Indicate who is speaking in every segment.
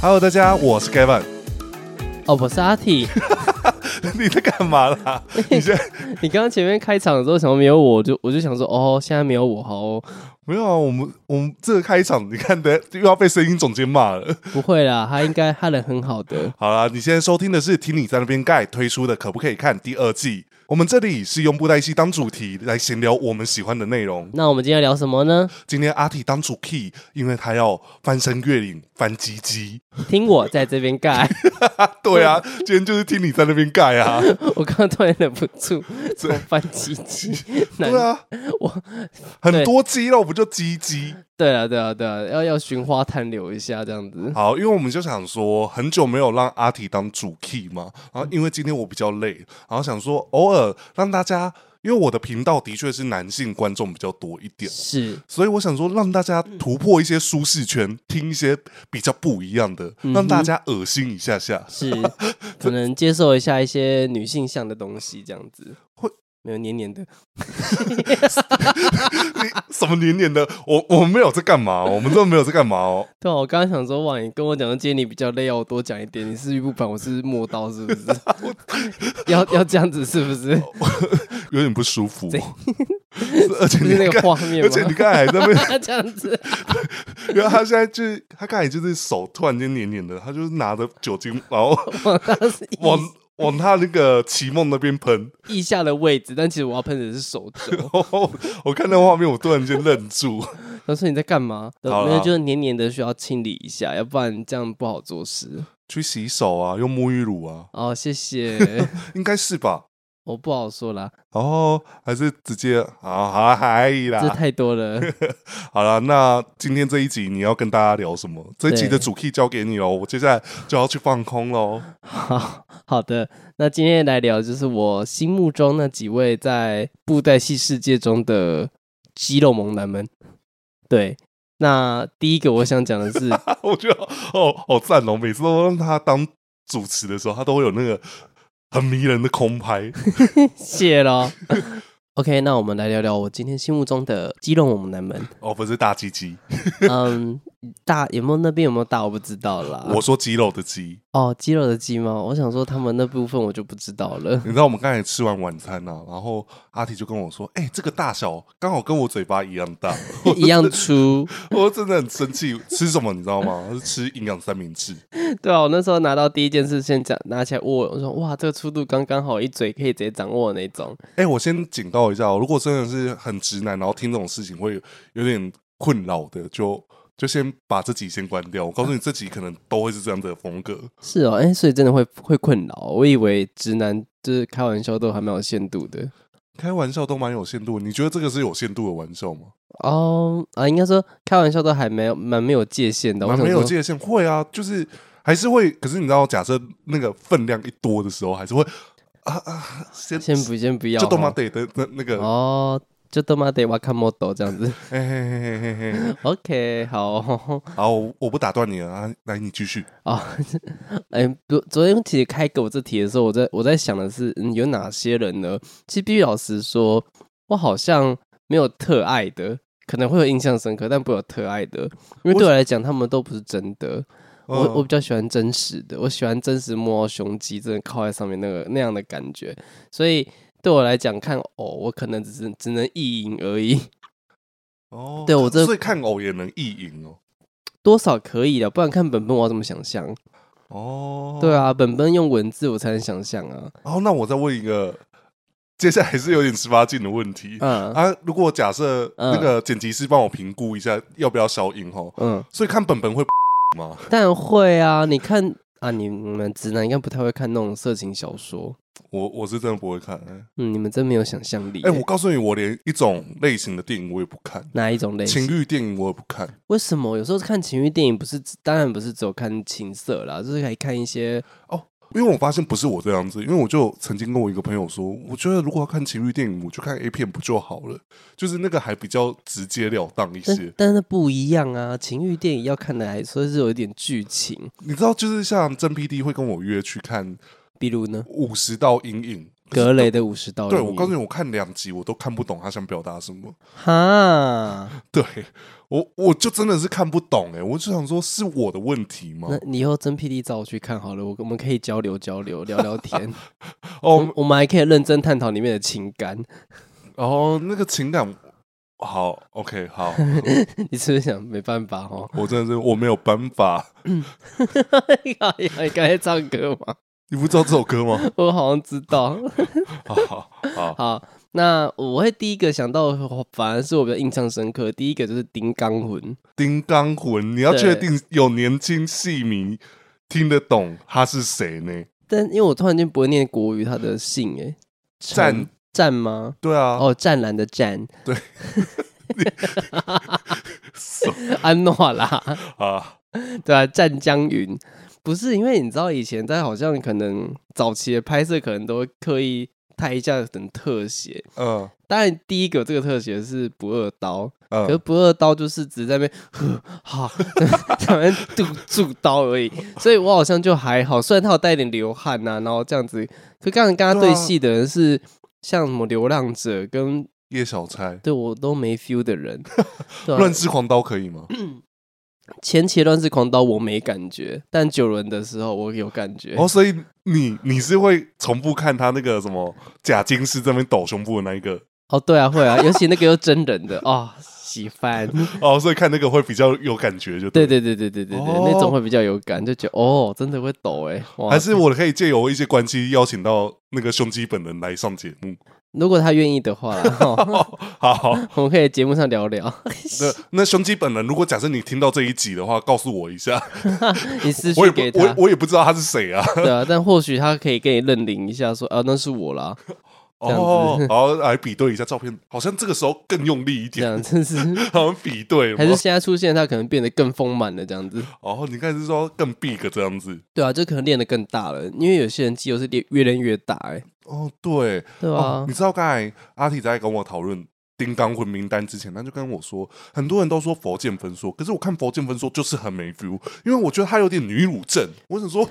Speaker 1: Hello，大家，我是 Gavin。
Speaker 2: 哦，我是阿 T。
Speaker 1: 你在干嘛啦？你现在
Speaker 2: 你刚刚前面开场的时候，想说没有我就我就想说，哦，现在没有我，好哦、
Speaker 1: 没有啊？我们我们这个开场，你看的又要被声音总监骂了。
Speaker 2: 不会啦，他应该他人很好的。
Speaker 1: 好啦，你现在收听的是《听你在那边盖》推出的《可不可以看》第二季。我们这里是用布袋戏当主题来闲聊我们喜欢的内容。
Speaker 2: 那我们今天聊什么呢？
Speaker 1: 今天阿 T 当主 key，因为他要翻山越岭翻鸡鸡。
Speaker 2: 听我在这边盖，
Speaker 1: 对啊，今天就是听你在那边盖啊。
Speaker 2: 我刚刚突然忍不住，从翻鸡鸡。
Speaker 1: 对啊，
Speaker 2: 我
Speaker 1: 很多肌肉不就鸡鸡？
Speaker 2: 对啊，对啊，对啊，要要寻花探柳一下这样子。
Speaker 1: 好，因为我们就想说，很久没有让阿提当主 key 嘛，然后因为今天我比较累，然后想说偶尔让大家，因为我的频道的确是男性观众比较多一点，
Speaker 2: 是，
Speaker 1: 所以我想说让大家
Speaker 2: 嗯
Speaker 1: 突破一些舒适圈，听一些比较不一样的，
Speaker 2: 嗯
Speaker 1: 让大家恶心一下下。
Speaker 2: 是，可能接受一下一些女性向的东西，这样子
Speaker 1: 会
Speaker 2: 没有黏黏的。
Speaker 1: 你什么黏黏的？我我们没有在干嘛？哦我们真的没有在干嘛哦。
Speaker 2: 对啊，我刚刚想说，哇，你跟我讲说今天你比较累啊，我多讲一点。你是玉不凡，我是磨刀，是不是？ 要要这样子是不是？
Speaker 1: 哦有点不舒服，哦 而且
Speaker 2: 就
Speaker 1: 你
Speaker 2: 是那个
Speaker 1: 刚
Speaker 2: 画面
Speaker 1: 而且你
Speaker 2: 吗？
Speaker 1: 刚才还在那边
Speaker 2: 这样子，
Speaker 1: 因为他现在就是他刚才就是手突然间黏黏的，他就是拿着酒精，然后
Speaker 2: 我刚是
Speaker 1: 往往他那个奇梦那边喷。
Speaker 2: 腋下的位置，但其实我要喷的是手肘。
Speaker 1: 然后我看到画面，我突然间愣住。
Speaker 2: 他说你在干嘛？对
Speaker 1: 好啦
Speaker 2: 没有，就是黏黏的，需要清理一下，要不然这样不好做事。
Speaker 1: 去洗手啊，用沐浴乳啊，
Speaker 2: 哦，谢谢，
Speaker 1: 应该是吧？
Speaker 2: 我不好说啦，
Speaker 1: 然后还是直接啊，好嗨
Speaker 2: 这
Speaker 1: 啦，
Speaker 2: 太多了。
Speaker 1: 好了，那今天这一集你要跟大家聊什么？这一集
Speaker 2: 对
Speaker 1: 的主 key 交给你喽，我接下来就要去放空喽。
Speaker 2: 好 好的，那今天来聊就是我心目中那几位在布袋戏世界中的肌肉猛男们。对，那第一个我想讲的是
Speaker 1: 我觉得哦，好赞哦！每次都让他当主持的时候，他都会有那个很迷人的空拍。
Speaker 2: 谢咯。OK，那我们来聊聊我今天心目中的肌肉猛男们。
Speaker 1: 哦，不是大鸡鸡，
Speaker 2: 嗯，大有没有那边有没有大我不知道啦。
Speaker 1: 我说肌肉的鸡。
Speaker 2: 哦，肌肉的肌吗？我想说他们那部分我就不知道了。
Speaker 1: 你知道我们刚才吃完晚餐啊，然后阿提就跟我说：“哎、这个大小刚好跟我嘴巴一样大。
Speaker 2: 一样粗，”
Speaker 1: 我真的很生气。吃什么你知道吗？是吃营养三明治。
Speaker 2: 对啊，我那时候拿到第一件事，先讲拿起来握，我说哇，这个粗度刚刚好，一嘴可以直接掌握的那种。
Speaker 1: 哎、我先警告一下哦，如果真的是很直男，然后听这种事情会有点困扰的，就就先把这集先关掉。我告诉你，这集可能都会是这样的风格。
Speaker 2: 是哦，哎、所以真的会会困扰。哦我以为直男就是开玩笑都还蛮有限度的
Speaker 1: 开玩笑都蛮有限度的，你觉得这个是有限度的玩笑吗？
Speaker 2: 哦啊，应该说开玩笑都还没有蛮没有界限的。我
Speaker 1: 蛮
Speaker 2: 想
Speaker 1: 没有
Speaker 2: 说，
Speaker 1: 界限，会啊，就是还是会。可是你知道，假设那个分量一多的时候，还是会啊啊，先
Speaker 2: 先不先不要哦，
Speaker 1: 就都妈得的那那个，哎、
Speaker 2: 哦，就都妈得哇看 model 这样子。
Speaker 1: 嘿嘿嘿嘿嘿，
Speaker 2: OK，好哦，
Speaker 1: 好，我我不打断你了啊，来你继续。
Speaker 2: 哎、昨昨天其实开给我这题的时候，我在我在想的是、嗯、有哪些人呢？其实必须老实说，我好像没有特爱的，可能会有印象深刻，但不会有特爱的，因为
Speaker 1: 我
Speaker 2: 对我来讲，他们都不是真的。我
Speaker 1: 嗯
Speaker 2: 我比较喜欢真实的，我喜欢真实摸到胸肌，真的靠在上面那个那样的感觉。所以对我来讲，看偶我可能只是只能意淫而已，
Speaker 1: 哦，
Speaker 2: 对我这
Speaker 1: 所以看偶也能意淫哦。
Speaker 2: 多少可以了，啊不然看本本我要怎么想象？
Speaker 1: 哦，
Speaker 2: 对。啊，本本用文字我才能想象啊。
Speaker 1: 然后那我再问一个，接下来是有点十八禁的问题、
Speaker 2: 嗯
Speaker 1: 啊。如果假设
Speaker 2: 嗯
Speaker 1: 那个剪辑师帮我评估一下要不要消音哦，
Speaker 2: 嗯，
Speaker 1: 所以看本本会吗？
Speaker 2: 但会啊，你看啊，你你们直男应该不太会看那种色情小说，
Speaker 1: 我我是真的不会看、欸。
Speaker 2: 嗯，你们真没有想象力耶。
Speaker 1: 哎、我告诉你，我连一种类型的电影我也不看，
Speaker 2: 哪一种类
Speaker 1: 情
Speaker 2: 型？
Speaker 1: 欲电影我也不看。
Speaker 2: 为什么有时候看情欲电影不是只当然不是只有看情色啦，就是可以看一些
Speaker 1: 因为我发现不是我这样子，因为我就曾经跟我一个朋友说，我觉得如果要看情欲电影，我就看 A 片不就好了？就是那个还比较直截了当一
Speaker 2: 但
Speaker 1: 些。
Speaker 2: 但是不一样啊，情欲电影要看的来说是有一点剧情，
Speaker 1: 你知道，就是像真 P D 会跟我约去看
Speaker 2: 比如呢，
Speaker 1: 五十道阴影，
Speaker 2: 格雷的五十道英
Speaker 1: 对
Speaker 2: 语
Speaker 1: 我告诉你，我看两集我都看不懂他想表达什么。
Speaker 2: 哈，
Speaker 1: 对我，我就真的是看不懂哎、我就想说，是我的问题吗
Speaker 2: 那？你以后真 PD 找我去看好了，我我们可以交流交流，聊聊天，我
Speaker 1: 哦
Speaker 2: 我们还可以认真探讨里面的情感。
Speaker 1: 哦，那个情感好，OK，好，
Speaker 2: 你是不是想没办法哦？
Speaker 1: 我真的是我没有办法。
Speaker 2: 你刚才你刚才唱歌吗？
Speaker 1: 你不知道这首歌吗？
Speaker 2: 我好像知道。
Speaker 1: 好好好，
Speaker 2: 好，那我会第一个想到，反而是我比较印象深刻。第一个就是《丁刚魂》，
Speaker 1: 叮当魂，你要
Speaker 2: 对
Speaker 1: 确定有年轻戏迷听得懂他是谁呢？
Speaker 2: 但因为我突然间不会念国语，他的姓哎，
Speaker 1: 战
Speaker 2: 战吗？
Speaker 1: 对啊，
Speaker 2: 哦，湛蓝的湛，
Speaker 1: 什么
Speaker 2: 安诺啦，
Speaker 1: 啊，
Speaker 2: 对啊，湛江云。不是因为你知道以前在好像可能早期的拍摄，可能都会刻意拍一下等特写。
Speaker 1: 嗯
Speaker 2: 当然，第一个这个特写是不二刀，可是
Speaker 1: 嗯，
Speaker 2: 不二刀就是只在那边 呵哈，在那边堵住刀而已，所以我好像就还好，虽然他有带一点流汗啊呐、然后这样子，可刚刚跟他
Speaker 1: 对啊
Speaker 2: 对戏的人是像什么流浪者跟
Speaker 1: 叶小钗，
Speaker 2: 对我都没 feel 的人，对啊
Speaker 1: 乱世狂刀可以吗？
Speaker 2: 前期乱世狂刀我没感觉，但九轮的时候我有感觉，
Speaker 1: 哦，所以你你是会重复看他那个什么假金丝这边抖胸部的那一个
Speaker 2: 哦对啊会啊，尤其那个又真人的 啊、喜欢，
Speaker 1: 哦，所以看那个会比较有感觉就
Speaker 2: 对
Speaker 1: 对
Speaker 2: 对对对对对对，
Speaker 1: 哦
Speaker 2: 那种会比较有感，就觉得哦真的会抖哎、哇
Speaker 1: 还是我可以借由一些关系邀请到那个胸肌本人来上节目。
Speaker 2: 如果他愿意的话啦。哈
Speaker 1: 哦，好好，
Speaker 2: 我们可以节目上聊聊。
Speaker 1: 那那胸肌本人，如果假设你听到这一集的话，告诉我一下，
Speaker 2: 你私
Speaker 1: 我也
Speaker 2: 讯给
Speaker 1: 不我
Speaker 2: 他
Speaker 1: 也，我也不知道他是谁啊。
Speaker 2: 对啊，但或许他可以跟你认领一下说啊，那是我啦，这样子
Speaker 1: 哦，然后来比对一下照片，好像这个时候更用力一
Speaker 2: 这
Speaker 1: 点，
Speaker 2: 样 真是，
Speaker 1: 好像比对
Speaker 2: 还是
Speaker 1: 了。
Speaker 2: 现在出现他可能变得更丰满了这样子，
Speaker 1: 哦，你看是说更 big 这样子。
Speaker 2: 对啊，就可能练得更大了，因为有些人肌肉是练越练越大、哎，
Speaker 1: 哦，对，
Speaker 2: 对
Speaker 1: 哦
Speaker 2: 啊，，
Speaker 1: 你知道刚才阿体在跟我讨论丁刚混名单之前，他就跟我说，很多人都说佛剑分说，可是我看佛剑分说就是很没 feel，因为我觉得他有点女乳症。我想说，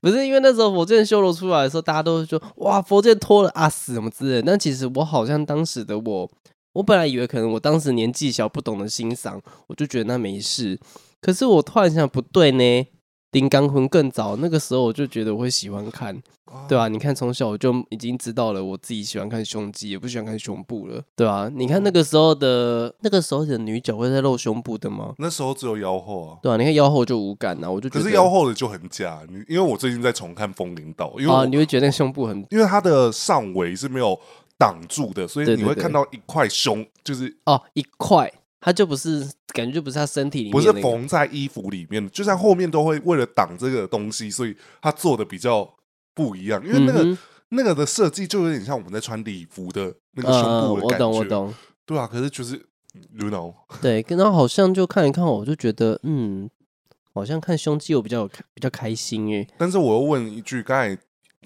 Speaker 2: 不是因为那时候佛剑修罗出来的时候，大家都说哇，佛剑脱了啊死什么之类的，但其实我好像当时的我，我本来以为可能我当时年纪小不懂得欣赏，我就觉得那没事，可是我突然想不对呢。丁刚魂更早，那个时候我就觉得我会喜欢看，
Speaker 1: 哦
Speaker 2: 对啊，你看从小我就已经知道了，我自己喜欢看胸肌，也不喜欢看胸部了，对啊，你看那个时候的那个时候的女角会在露胸部的吗？
Speaker 1: 那时候只有腰后啊。
Speaker 2: 对啊，你看腰后就无感啊，我就觉
Speaker 1: 可
Speaker 2: 得
Speaker 1: 是腰后的就很假，你因为我最近在重看《风铃岛》，因为我、
Speaker 2: 啊，你会觉得那胸部很
Speaker 1: 因为它的上围是没有挡住的，所以
Speaker 2: 对
Speaker 1: 你
Speaker 2: 对
Speaker 1: 会
Speaker 2: 对
Speaker 1: 看到一块胸，就是
Speaker 2: 哦一块，它就不是感觉就不是他身体里面、
Speaker 1: 不
Speaker 2: 那个
Speaker 1: 是，缝在衣服里面的，就像后面都会为了挡这个东西，所以它做的比较不一样，因为那个、
Speaker 2: 嗯哼
Speaker 1: 那个的设计就有点像我们在穿礼服的那个胸
Speaker 2: 嗯，
Speaker 1: 部的
Speaker 2: 我
Speaker 1: 感觉，
Speaker 2: 懂我懂，
Speaker 1: 对啊，可是就是 you know，
Speaker 2: 对，跟他好像就看一看，我就觉得嗯，好像看胸肌我比较有开比较开心诶，
Speaker 1: 但是我又问一句，刚才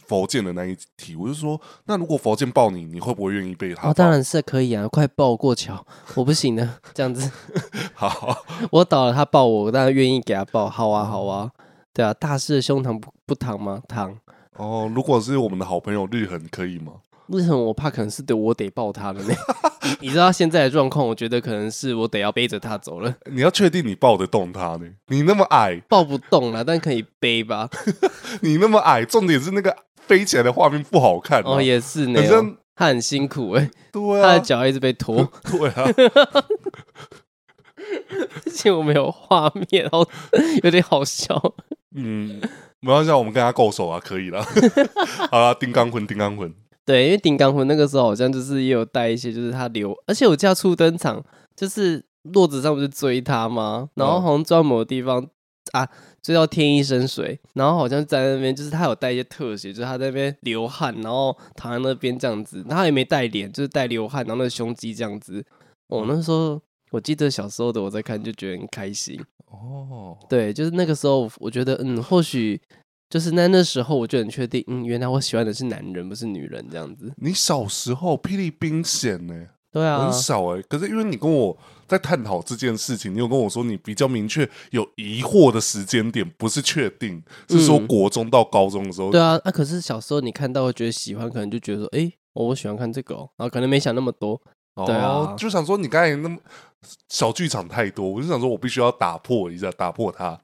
Speaker 1: 佛剑的那一题，我就说，那如果佛剑抱你，你会不会愿意被他抱？
Speaker 2: 哦，当然是可以啊，快抱过桥，我不行的，这样子。
Speaker 1: 好，
Speaker 2: 我倒了，他抱我，我当然愿意给他抱。好啊，好啊，对啊，大师的胸膛不不躺吗？躺。
Speaker 1: 哦，如果是我们的好朋友日恒，可以吗？
Speaker 2: 为什么我怕可能是得我得抱他了呢？ 你你知道他现在的状况，我觉得可能是我得要背着他走了，
Speaker 1: 你要确定你抱得动他呢？你那么矮，
Speaker 2: 抱不动了，但可以背吧。
Speaker 1: 你那么矮，重点是那个飞起来的画面不好看、啊。
Speaker 2: 哦，也是呢、
Speaker 1: 很像
Speaker 2: 他很辛苦哎、
Speaker 1: 对
Speaker 2: 他
Speaker 1: 啊
Speaker 2: 的，脚一直被拖，
Speaker 1: 对啊，
Speaker 2: 而且我没有画面，好 有点好笑。
Speaker 1: 嗯，没关系啊，我们跟他够手啊，可以 了。好啦，丁刚魂，丁刚魂，
Speaker 2: 对，因为丁刚魂那个时候好像就是也有带一些，就是他留，而且我记得他初登场就是落子上不是追他吗？
Speaker 1: 嗯
Speaker 2: 然后好像追到某个地方啊，追到天一深水，然后好像在那边就是他有带一些特写，就是他在那边流汗，然后躺在那边这样子，然后他也没带脸，就是带流汗，然后那个胸肌这样子。我、那时候我记得小时候的我在看就觉得很开心，
Speaker 1: 哦，
Speaker 2: 对，就是那个时候我觉得嗯，或许。就是那那时候我就很确定，嗯，原来我喜欢的是男人，不是女人，这样子。
Speaker 1: 你小时候霹雳兵险呢？
Speaker 2: 对啊
Speaker 1: 欸很，少哎、可是因为你跟我在探讨这件事情，你有跟我说你比较明确有疑惑的时间点，不是确定，是
Speaker 2: 嗯
Speaker 1: 说国中到高中的时候。
Speaker 2: 对啊，那、可是小时候你看到会觉得喜欢，可能就觉得说，哎、哦我喜欢看这个、哦，然后可能没想那么多，
Speaker 1: 哦
Speaker 2: 对啊
Speaker 1: 就想说你刚才那么小剧场太多，我就想说我必须要打破一下，打破它。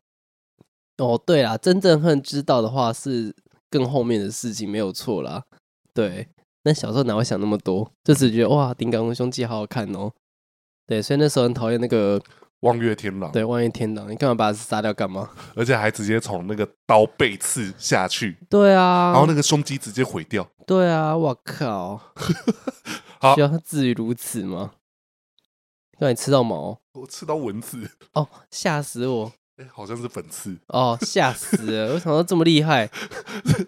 Speaker 2: 哦，对啦，真正恨知道的话是更后面的事情，没有错啦。对，那小时候哪会想那么多，就只觉得哇，《丁港兄弟》好好看哦。对，所以那时候很讨厌那个
Speaker 1: 望月天狼，
Speaker 2: 对万一天狼，你干嘛把他杀掉干嘛？
Speaker 1: 而且还直接从那个刀背刺下去，
Speaker 2: 对啊，
Speaker 1: 然后那个胸肌直接毁掉。，
Speaker 2: 对啊，我靠
Speaker 1: 好
Speaker 2: 需要至于如此吗？让你吃到毛
Speaker 1: 我刺到蚊子，
Speaker 2: 哦，吓死我
Speaker 1: 哎、好像是粉刺。
Speaker 2: 哦，吓死了！我想到这么厉害，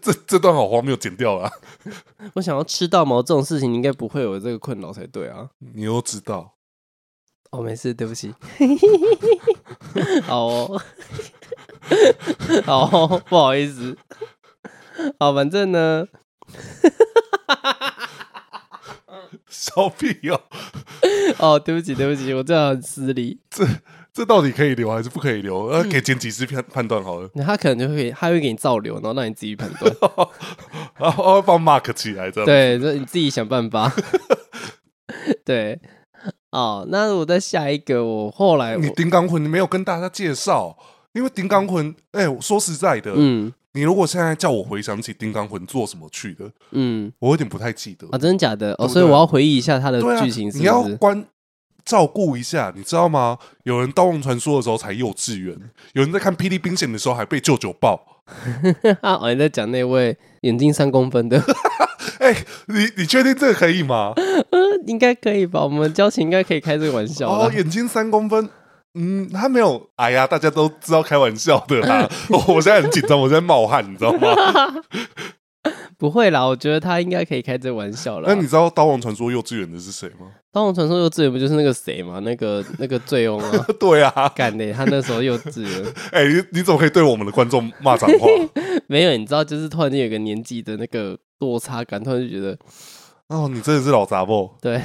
Speaker 1: 这这段好荒谬，剪掉了啊、
Speaker 2: 我想要吃到毛这种事情，你应该不会有这个困扰才对啊。
Speaker 1: 你又知道，
Speaker 2: 哦，没事，对不起。好哦，好哦，不好意思。好，反正呢，
Speaker 1: 小屁哦，
Speaker 2: 哦，对不起，对不起，我这样很失礼。
Speaker 1: 这到底可以留还是不可以留？
Speaker 2: 嗯
Speaker 1: 呃，给剪辑师判判断好了，
Speaker 2: 那他可能就会，他会给你造流，然后让你自己判断。
Speaker 1: 然后帮 mark 起来，这样。
Speaker 2: 对，这你自己想办法。 对，哦，那我再下一个，我后来我
Speaker 1: 你丁刚魂，你没有跟大家介绍，因为丁刚魂，哎、我说实在的，
Speaker 2: 嗯
Speaker 1: 你如果现在叫我回想起丁刚魂做什么去的，
Speaker 2: 嗯
Speaker 1: 我有点不太记得。
Speaker 2: 啊，真的假的？
Speaker 1: 对不
Speaker 2: 哦，所以
Speaker 1: 对
Speaker 2: 我要回忆一下他的
Speaker 1: 对啊，
Speaker 2: 剧情是
Speaker 1: 你要
Speaker 2: 不是？
Speaker 1: 关照顾一下，你知道吗？有人《盗梦传说》的时候才幼稚园，有人在看《霹雳兵线》的时候还被舅舅抱。
Speaker 2: 哦，你在讲那位眼睛三公分的。
Speaker 1: 哎、你你确定这个可以吗？
Speaker 2: 嗯，应该可以吧？我们交情应该可以开这个玩笑
Speaker 1: 哦，
Speaker 2: 了。
Speaker 1: 眼睛三公分。嗯，他没有。哎呀，大家都知道开玩笑的 啦。哦我我现在很紧张，我在冒汗，你知道吗？
Speaker 2: 不会啦，我觉得他应该可以开这个玩笑了。
Speaker 1: 那你知道《刀王传说》幼稚园的是谁吗？，
Speaker 2: 《当我传说幼稚园》不就是那个谁嘛？那个那个醉翁啊
Speaker 1: 对啊，
Speaker 2: 干的，他那时候幼稚园
Speaker 1: 哎、你你怎么可以对我们的观众骂脏话？
Speaker 2: 没有，你知道，就是突然间有个年纪的那个落差感，突然就觉得
Speaker 1: 哦，你真的是老杂货。
Speaker 2: 对，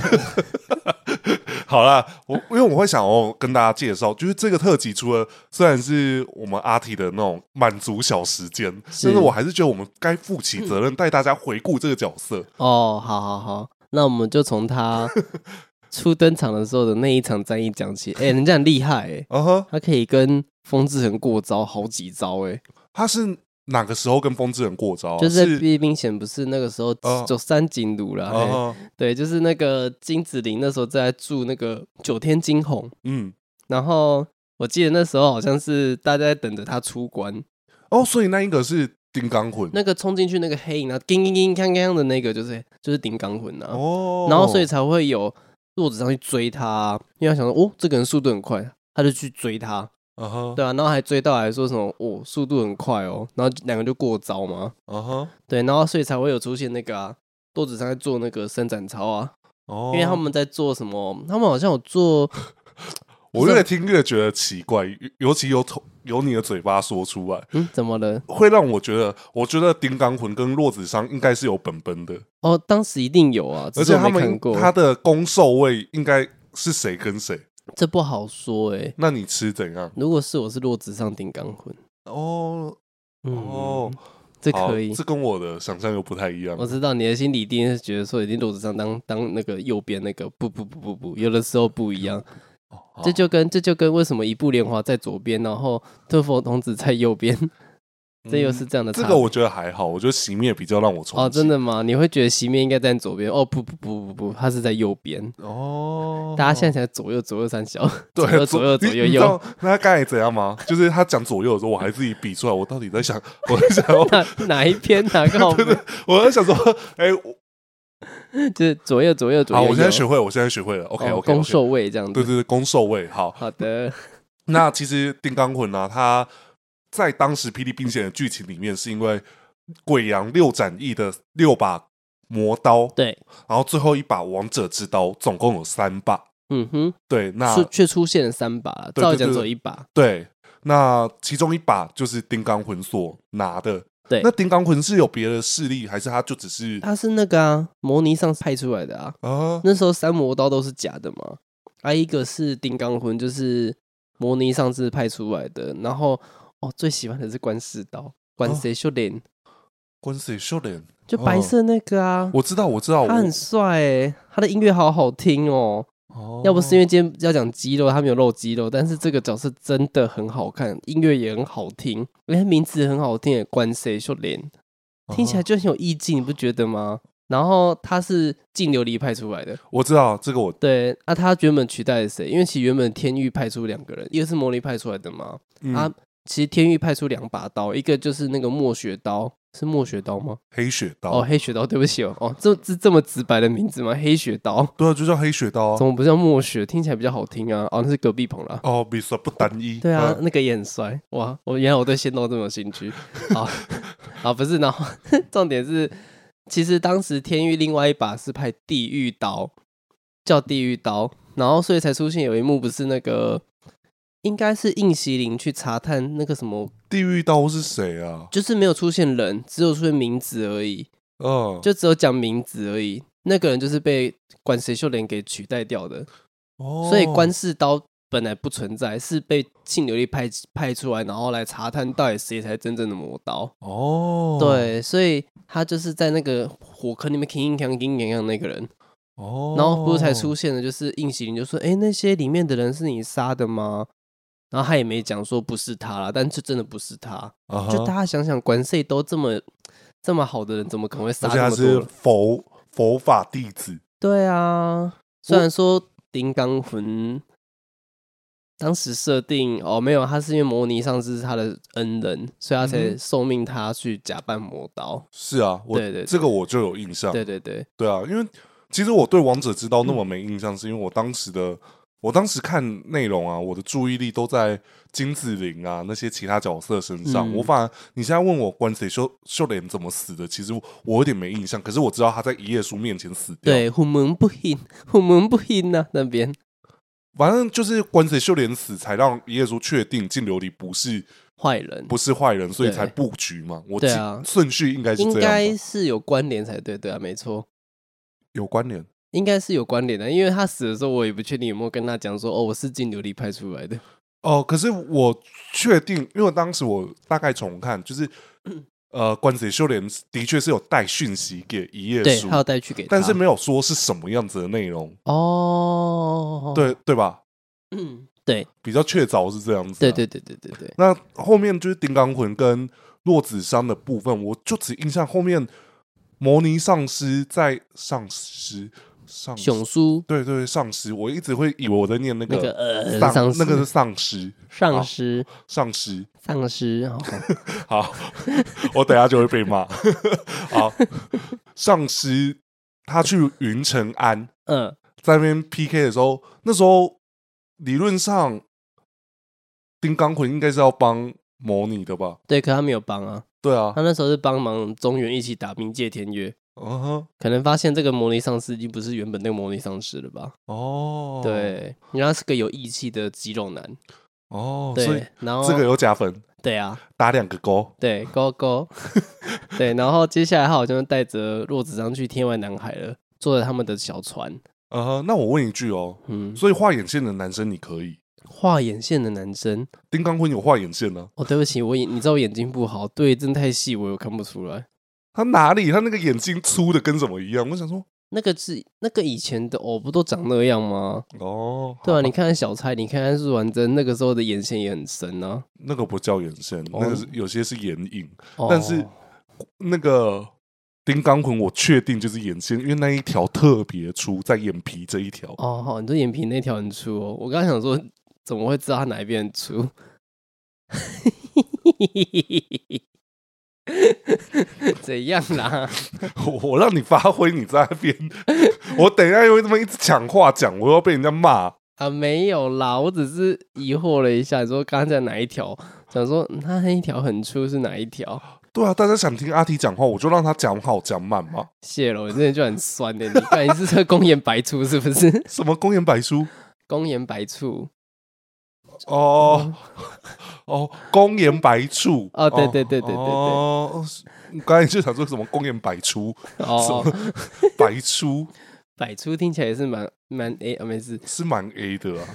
Speaker 1: 好啦，我因为我会想要跟大家介绍，就是这个特辑除了虽然是我们阿 T 的那种满足小时间，
Speaker 2: 是
Speaker 1: 但是我还是觉得我们该负起责任，带大家回顾这个角色。
Speaker 2: 哦，好好好，那我们就从他初登场的时候的那一场战役讲起。哎、人家很厉害哎、
Speaker 1: 嗯哼，
Speaker 2: 他可以跟风之痕过招好几招哎、
Speaker 1: 他是哪个时候跟风之人过招啊？
Speaker 2: 就是在《毕冰险》不是那个时候
Speaker 1: 哦
Speaker 2: 走三井路啦。嘿
Speaker 1: 啊，
Speaker 2: 对，就是那个金子玲那时候在住那个九天金鸿，
Speaker 1: 嗯，
Speaker 2: 然后我记得那时候好像是大家在等着他出关，
Speaker 1: 哦，所以那一个是丁刚魂，
Speaker 2: 那个冲进去那个黑影，然后叮叮叮锵锵的那个就是就是顶港魂啊，
Speaker 1: 哦，
Speaker 2: 然后所以才会有弱子上去追他啊，因为他想说哦这个人速度很快，他就去追他，
Speaker 1: 嗯哼，
Speaker 2: 对啊，然后还追到还说什么哦速度很快哦，然后两个就过招嘛，
Speaker 1: 嗯哼，
Speaker 2: 对，然后所以才会有出现那个啊。多子上在做那个伸展操啊，
Speaker 1: 哦，
Speaker 2: 因为他们在做什么？他们好像有做
Speaker 1: 我越听越觉得奇怪，尤尤其由头由你的嘴巴说出来，
Speaker 2: 嗯，怎么了？
Speaker 1: 会让我觉得，我觉得丁刚魂跟落子商应该是有本本的，
Speaker 2: 哦，当时一定有啊，只
Speaker 1: 而
Speaker 2: 是
Speaker 1: 且
Speaker 2: 我
Speaker 1: 他
Speaker 2: 没看
Speaker 1: 们
Speaker 2: 过，
Speaker 1: 他的攻受位应该是谁跟谁？
Speaker 2: 这不好说哎、
Speaker 1: 那你吃怎样？
Speaker 2: 如果是我是落子上顶钢魂，
Speaker 1: 哦
Speaker 2: 嗯，
Speaker 1: 哦，
Speaker 2: 这
Speaker 1: 好
Speaker 2: 可以。哦
Speaker 1: 这跟我的想象又不太一样
Speaker 2: 我。知道你的心里一定是觉得说，一定落子上当当那个右边那个，不不不不不，有的时候不一样。
Speaker 1: 好
Speaker 2: 这就跟这就跟为什么一步莲花在左边，然后特佛童子在右边，这又是这样的
Speaker 1: 嗯
Speaker 2: 差
Speaker 1: 这
Speaker 2: 别。
Speaker 1: 个我觉得还好，我觉得熄灭比较让我冲击。
Speaker 2: 哦，真的吗？你会觉得席面应该在左边？哦，不不不不不，他是在右边。
Speaker 1: 哦，
Speaker 2: 大家现在才左右左右三小，
Speaker 1: 对
Speaker 2: 左
Speaker 1: 你
Speaker 2: 右左右左右
Speaker 1: 你知
Speaker 2: 右
Speaker 1: 道，那他刚才怎样 吗？就是他讲左右的时候，我还自己比出来，我到底在想，我在想要，
Speaker 2: 哪哪一篇 哪个好？
Speaker 1: 我在想说，哎、我
Speaker 2: 就是左右左右左
Speaker 1: 好，
Speaker 2: 右右。
Speaker 1: 我现在学会了，我现在学会了，OK
Speaker 2: 哦
Speaker 1: OK，,
Speaker 2: 攻受位这样
Speaker 1: 对
Speaker 2: 子。
Speaker 1: 对对，攻受位好。
Speaker 2: 好的，
Speaker 1: 那其实丁刚魂啊，他在当时《霹雳兵线》的剧情里面，是因为鬼阳六斩翼的六把魔刀，
Speaker 2: 对，
Speaker 1: 然后最后一把王者之刀，总共有三把。
Speaker 2: 嗯哼，
Speaker 1: 对，那
Speaker 2: 出却出现了三把了，
Speaker 1: 对
Speaker 2: 照
Speaker 1: 对
Speaker 2: 理讲
Speaker 1: 对
Speaker 2: 只有一把，
Speaker 1: 对，那其中一把就是丁刚魂所拿的，
Speaker 2: 对
Speaker 1: 那丁刚魂是有别的势力，还是他就只是
Speaker 2: 他是那个啊，摩尼上派出来的啊。
Speaker 1: 啊？
Speaker 2: 那时候三魔刀都是假的嘛，啊，一个是丁刚魂，就是摩尼上次派出来的。然后哦，最喜欢的是关世刀，关
Speaker 1: 哦
Speaker 2: 谁秀脸，
Speaker 1: 关谁秀脸？
Speaker 2: 就白色那个啊，
Speaker 1: 我知道，我知道，
Speaker 2: 他很
Speaker 1: 我
Speaker 2: 帅诶、他的音乐好好听哦。
Speaker 1: 哦
Speaker 2: 要不是因为今天要讲肌肉，他没有露肌肉，但是这个角色真的很好看，音乐也很好听，因为他名字很好听耶，关谁秀脸。听起来
Speaker 1: 哦
Speaker 2: 就很有意境，你不觉得吗？然后他是净琉璃派出来的，
Speaker 1: 我知道这个我
Speaker 2: 对，啊，他原本取代了谁？因为其实原本天域派出两个人，一个是魔力派出来的嘛，
Speaker 1: 嗯
Speaker 2: 啊，其实天域派出两把刀，一个就是那个墨雪刀，是墨雪刀吗？
Speaker 1: 黑雪刀
Speaker 2: 哦，黑雪刀，对不起哦，哦，这这这么直白的名字吗？黑雪刀，
Speaker 1: 对啊，就叫黑雪刀
Speaker 2: 怎
Speaker 1: 啊。
Speaker 2: 么不叫墨雪？听起来比较好听啊，哦，那是隔壁棚啦。
Speaker 1: 哦，比萨不单一。呃
Speaker 2: 对啊，那个也很帅哇！我原来我对仙豆这么有兴趣，好 啊，不是，然后重点是，其实当时天域另外一把是派地狱刀，叫地狱刀，然后所以才出现有一幕不是那个，应该是应希林去查探那个什么，
Speaker 1: 地狱刀是谁啊？
Speaker 2: 就是没有出现人，只有出现名字而已，
Speaker 1: 嗯，
Speaker 2: 就只有讲名字而已，那个人就是被管谁秀莲给取代掉的，
Speaker 1: 哦
Speaker 2: 所以关世刀本来不存在，是被净琉璃派派出来，然后来查探到底谁才真正的魔刀。
Speaker 1: 哦，
Speaker 2: 对，所以他就是在那个火坑里面叮叮锵叮锵锵那个人，
Speaker 1: 哦，
Speaker 2: 然后不是才出现的，就是应喜林就说：“哎，那些里面的人是你杀的吗？”然后他也没讲说不是他啦，但就真的不是他。
Speaker 1: 啊哈，
Speaker 2: 就大家想想，管谁都这么这么好的人，怎么可能会
Speaker 1: 而
Speaker 2: 杀
Speaker 1: 且
Speaker 2: 这
Speaker 1: 他
Speaker 2: 么多
Speaker 1: 是
Speaker 2: 人？
Speaker 1: 佛佛法弟子，
Speaker 2: 对啊，虽然说丁刚魂当时设定哦，没有，他是因为摩尼上次是他的恩人，所以他才
Speaker 1: 嗯
Speaker 2: 受命他去假扮魔刀。
Speaker 1: 是啊，我
Speaker 2: 对对对
Speaker 1: 这个我就有印象，
Speaker 2: 对对对，
Speaker 1: 对啊，因为其实我对王者之道那么没印象，是因为我当时的我当时看内容啊，我的注意力都在金子玲啊那些其他角色身上。
Speaker 2: 嗯
Speaker 1: 我反而你现在问我关谁秀秀莲怎么死的，其实我有点没印象，可是我知道他在一页书面前死掉。，
Speaker 2: 对，虎门不赢，虎门不赢呐、那边
Speaker 1: 反正就是关谁秀莲死，才让一页书确定净琉璃不是
Speaker 2: 坏人
Speaker 1: 不是坏人，所以
Speaker 2: 对
Speaker 1: 才布局嘛。我
Speaker 2: 对
Speaker 1: 记
Speaker 2: 啊
Speaker 1: 顺序应该是
Speaker 2: 应
Speaker 1: 这样吧，
Speaker 2: 该是有关联才对，对啊，没错。
Speaker 1: 有关联。
Speaker 2: 应该是有关联的，因为他死的时候，我也不确定有没有跟他讲说，哦，我是金琉璃派出来的。
Speaker 1: 哦，可是我确定，因为当时我大概重看，就是 呃，关子修炼的确是有带讯息给一页
Speaker 2: 对，
Speaker 1: 书
Speaker 2: 他，要带去给他，
Speaker 1: 但是没有说是什么样子的内容，
Speaker 2: 哦，，
Speaker 1: 对对吧？
Speaker 2: 嗯，对，
Speaker 1: 比较确凿是这样子、啊
Speaker 2: 对，。对，对，对，对，对，
Speaker 1: 那后面就是丁刚魂跟洛子商的部分，我就只印象后面摩尼上师在上师上师
Speaker 2: 熊叔
Speaker 1: 对对上师，我一直会以为我在念那
Speaker 2: 那个
Speaker 1: 个
Speaker 2: 呃
Speaker 1: 丧
Speaker 2: 丧尸，
Speaker 1: 那个是哦丧尸
Speaker 2: 丧尸，
Speaker 1: 丧尸，
Speaker 2: 丧尸，哦
Speaker 1: 好， 我等下就会被骂。 好，上师他去云城安
Speaker 2: 嗯，
Speaker 1: 在那边 PK 的时候，那时候理论上丁刚魂应该是要帮模拟的吧？
Speaker 2: 对，可他没有帮啊，
Speaker 1: 对啊
Speaker 2: 他，那时候是帮忙中原一起打冥界天月，
Speaker 1: 嗯哼，
Speaker 2: 可能发现这个魔力丧尸已经不是原本那个魔力丧尸了吧？
Speaker 1: 哦，，
Speaker 2: 对，然后他是个有义气的肌肉男，
Speaker 1: 哦，所以
Speaker 2: 对，然后
Speaker 1: 这个有加分，
Speaker 2: 对啊，
Speaker 1: 打两个勾。
Speaker 2: 对，勾 勾，对，然后接下来他好像就带着洛子章去天外南海了，坐着他们的小船，
Speaker 1: 嗯哼，那我问一句哦，
Speaker 2: 嗯，
Speaker 1: 所以画眼线的男生你可以？
Speaker 2: 画眼线的男生，
Speaker 1: 丁刚魂有画眼线呢、
Speaker 2: 哦，对不起，我眼，你知道我眼睛不好，对，真太细，我又看不出来。
Speaker 1: 他哪里？他那个眼睛粗的跟什么一样？我想说，
Speaker 2: 那个是那个以前的偶、不都长那样吗？
Speaker 1: 哦，
Speaker 2: 对啊，
Speaker 1: 好吧
Speaker 2: 你看看小蔡，你看看苏婉珍，那个时候的眼线也很深啊。
Speaker 1: 那个不叫眼线，
Speaker 2: 哦
Speaker 1: 那个是有些是眼影。
Speaker 2: 哦
Speaker 1: 但是那个丁刚魂，我确定就是眼线，因为那一条特别粗，在眼皮这一条。
Speaker 2: 哦，好，你说眼皮那条很粗哦。我刚想说，怎么会知道它哪一边很粗？ 怎样啦？
Speaker 1: 我我让你发挥，你在那边， 我等一下又会这么一直讲话讲，我要被人家骂。
Speaker 2: 啊，没有啦，我只是疑惑了一下，说刚才哪一条？想说嗯它那一条很粗是哪一条？
Speaker 1: 对啊，大家想听阿提讲话，我就让他讲好讲满嘛。
Speaker 2: 谢了，我真的就很酸欸的、你看你是这公眼白醋是不是？
Speaker 1: 什么公演白书？
Speaker 2: 公眼白醋，
Speaker 1: 哦哦，公言白处
Speaker 2: 哦对对对对对对
Speaker 1: 哦，刚才就想说什么公言百出，
Speaker 2: 哦，
Speaker 1: 白出
Speaker 2: 百出听起来也是蛮蛮诶，啊没事，
Speaker 1: 是蛮 A 的啊。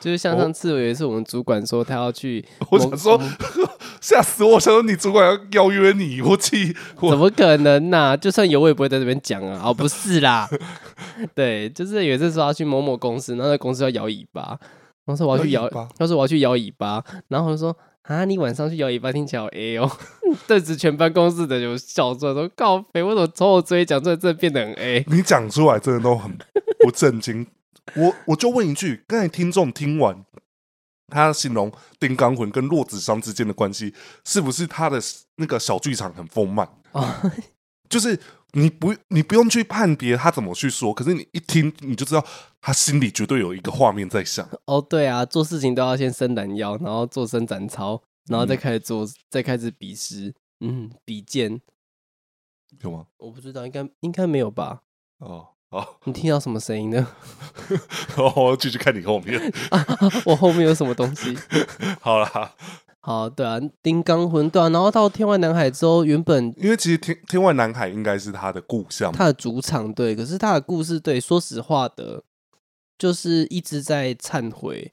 Speaker 2: 就是像上次有一次我们主管说他要去
Speaker 1: 我
Speaker 2: 某，
Speaker 1: 想说， 吓死我！我想说你主管要邀约你，我气我
Speaker 2: 怎么可能呐、就算有，我也不会在这边 讲啊。哦，不是啦，对，就是有一次说要去某某公司，然后那公司要摇尾巴，然后说我要去
Speaker 1: 摇
Speaker 2: 摇
Speaker 1: 尾巴，
Speaker 2: 他说我要去摇尾巴，然后我就说啊，你晚上去摇尾巴听起来好 A 哦， 顿时全办公室的人就笑出来说，告肥，为什么从我嘴里讲出来，真的变得很 A？
Speaker 1: 你讲出来真的都很不正经。我我就问一句，刚才听众听完，他形容丁刚魂跟洛子商之间的关系，是不是他的那个小剧场很丰满？
Speaker 2: 哦，
Speaker 1: 就是你不你不用去判别他怎么去说，可是你一听你就知道他心里绝对有一个画面在想。
Speaker 2: 哦，对啊，做事情都要先伸懒腰，然后做伸展操，然后再
Speaker 1: 嗯
Speaker 2: 开始做，再开始比试，嗯，比剑，
Speaker 1: 有吗？
Speaker 2: 我不知道，应该应该没有吧？
Speaker 1: 哦。 好，
Speaker 2: 你听到什么声音呢？
Speaker 1: 我要继续看你后面。
Speaker 2: 我后面有什么东西？
Speaker 1: 好啦，
Speaker 2: 好，对啊，丁刚魂对啊，然后到天外南海之后，原本
Speaker 1: 因为其实天天外南海应该是他的故乡嘛，
Speaker 2: 他的主场对，可是他的故事对，说实话的，就是一直在忏悔，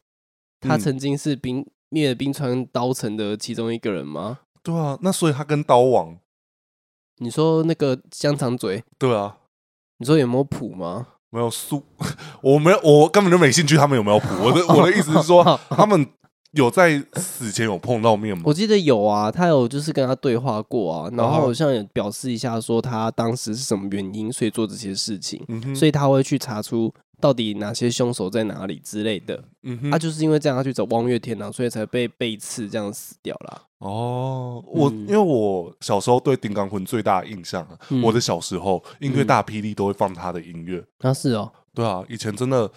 Speaker 2: 他
Speaker 1: 嗯
Speaker 2: 曾经是冰灭了冰川刀城的其中一个人吗？
Speaker 1: 对啊，那所以他跟刀王，
Speaker 2: 你说那个香肠嘴，
Speaker 1: 对啊，
Speaker 2: 你说有没有谱吗？
Speaker 1: 没有素， 我没有，我根本就没兴趣他们有没有谱。我 的我的意思是说，他们有在死前有碰到面吗
Speaker 2: 哦我？记得有啊，他有就是跟他对话过啊，然后
Speaker 1: 哦
Speaker 2: 好像也表示一下说他当时是什么原因，所以做这些事情，
Speaker 1: 嗯哼，
Speaker 2: 所
Speaker 1: 以
Speaker 2: 以他会去查出到底哪些凶手在哪里之类的。
Speaker 1: 嗯哼，
Speaker 2: 他啊就是因为这样，他去找望月天堂，啊所以才被背刺这样死掉啦。
Speaker 1: 哦，我、
Speaker 2: 嗯
Speaker 1: 因为我小时候对丁刚魂最大的印象、啊，
Speaker 2: 嗯
Speaker 1: 我的小时候音乐大霹雳都会放他的音乐，
Speaker 2: 啊，是哦，
Speaker 1: 对啊，以前真的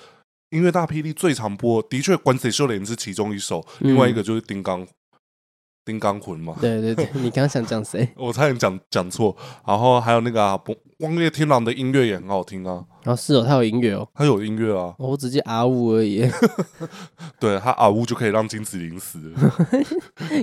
Speaker 1: 音乐大霹雳最常播，的确《关水秀莲》是其中一首，
Speaker 2: 嗯
Speaker 1: 另外一个就是丁刚丁刚魂嘛，
Speaker 2: 对对对，你刚刚想讲谁？
Speaker 1: 我差点讲讲错，然后还有那个啊，不光月天狼的音乐也很好听啊，
Speaker 2: 啊，是哦，他有音乐哦，
Speaker 1: 他有音乐啊，
Speaker 2: 哦我只记阿五而已，
Speaker 1: 对他啊呜就可以让金子玲死了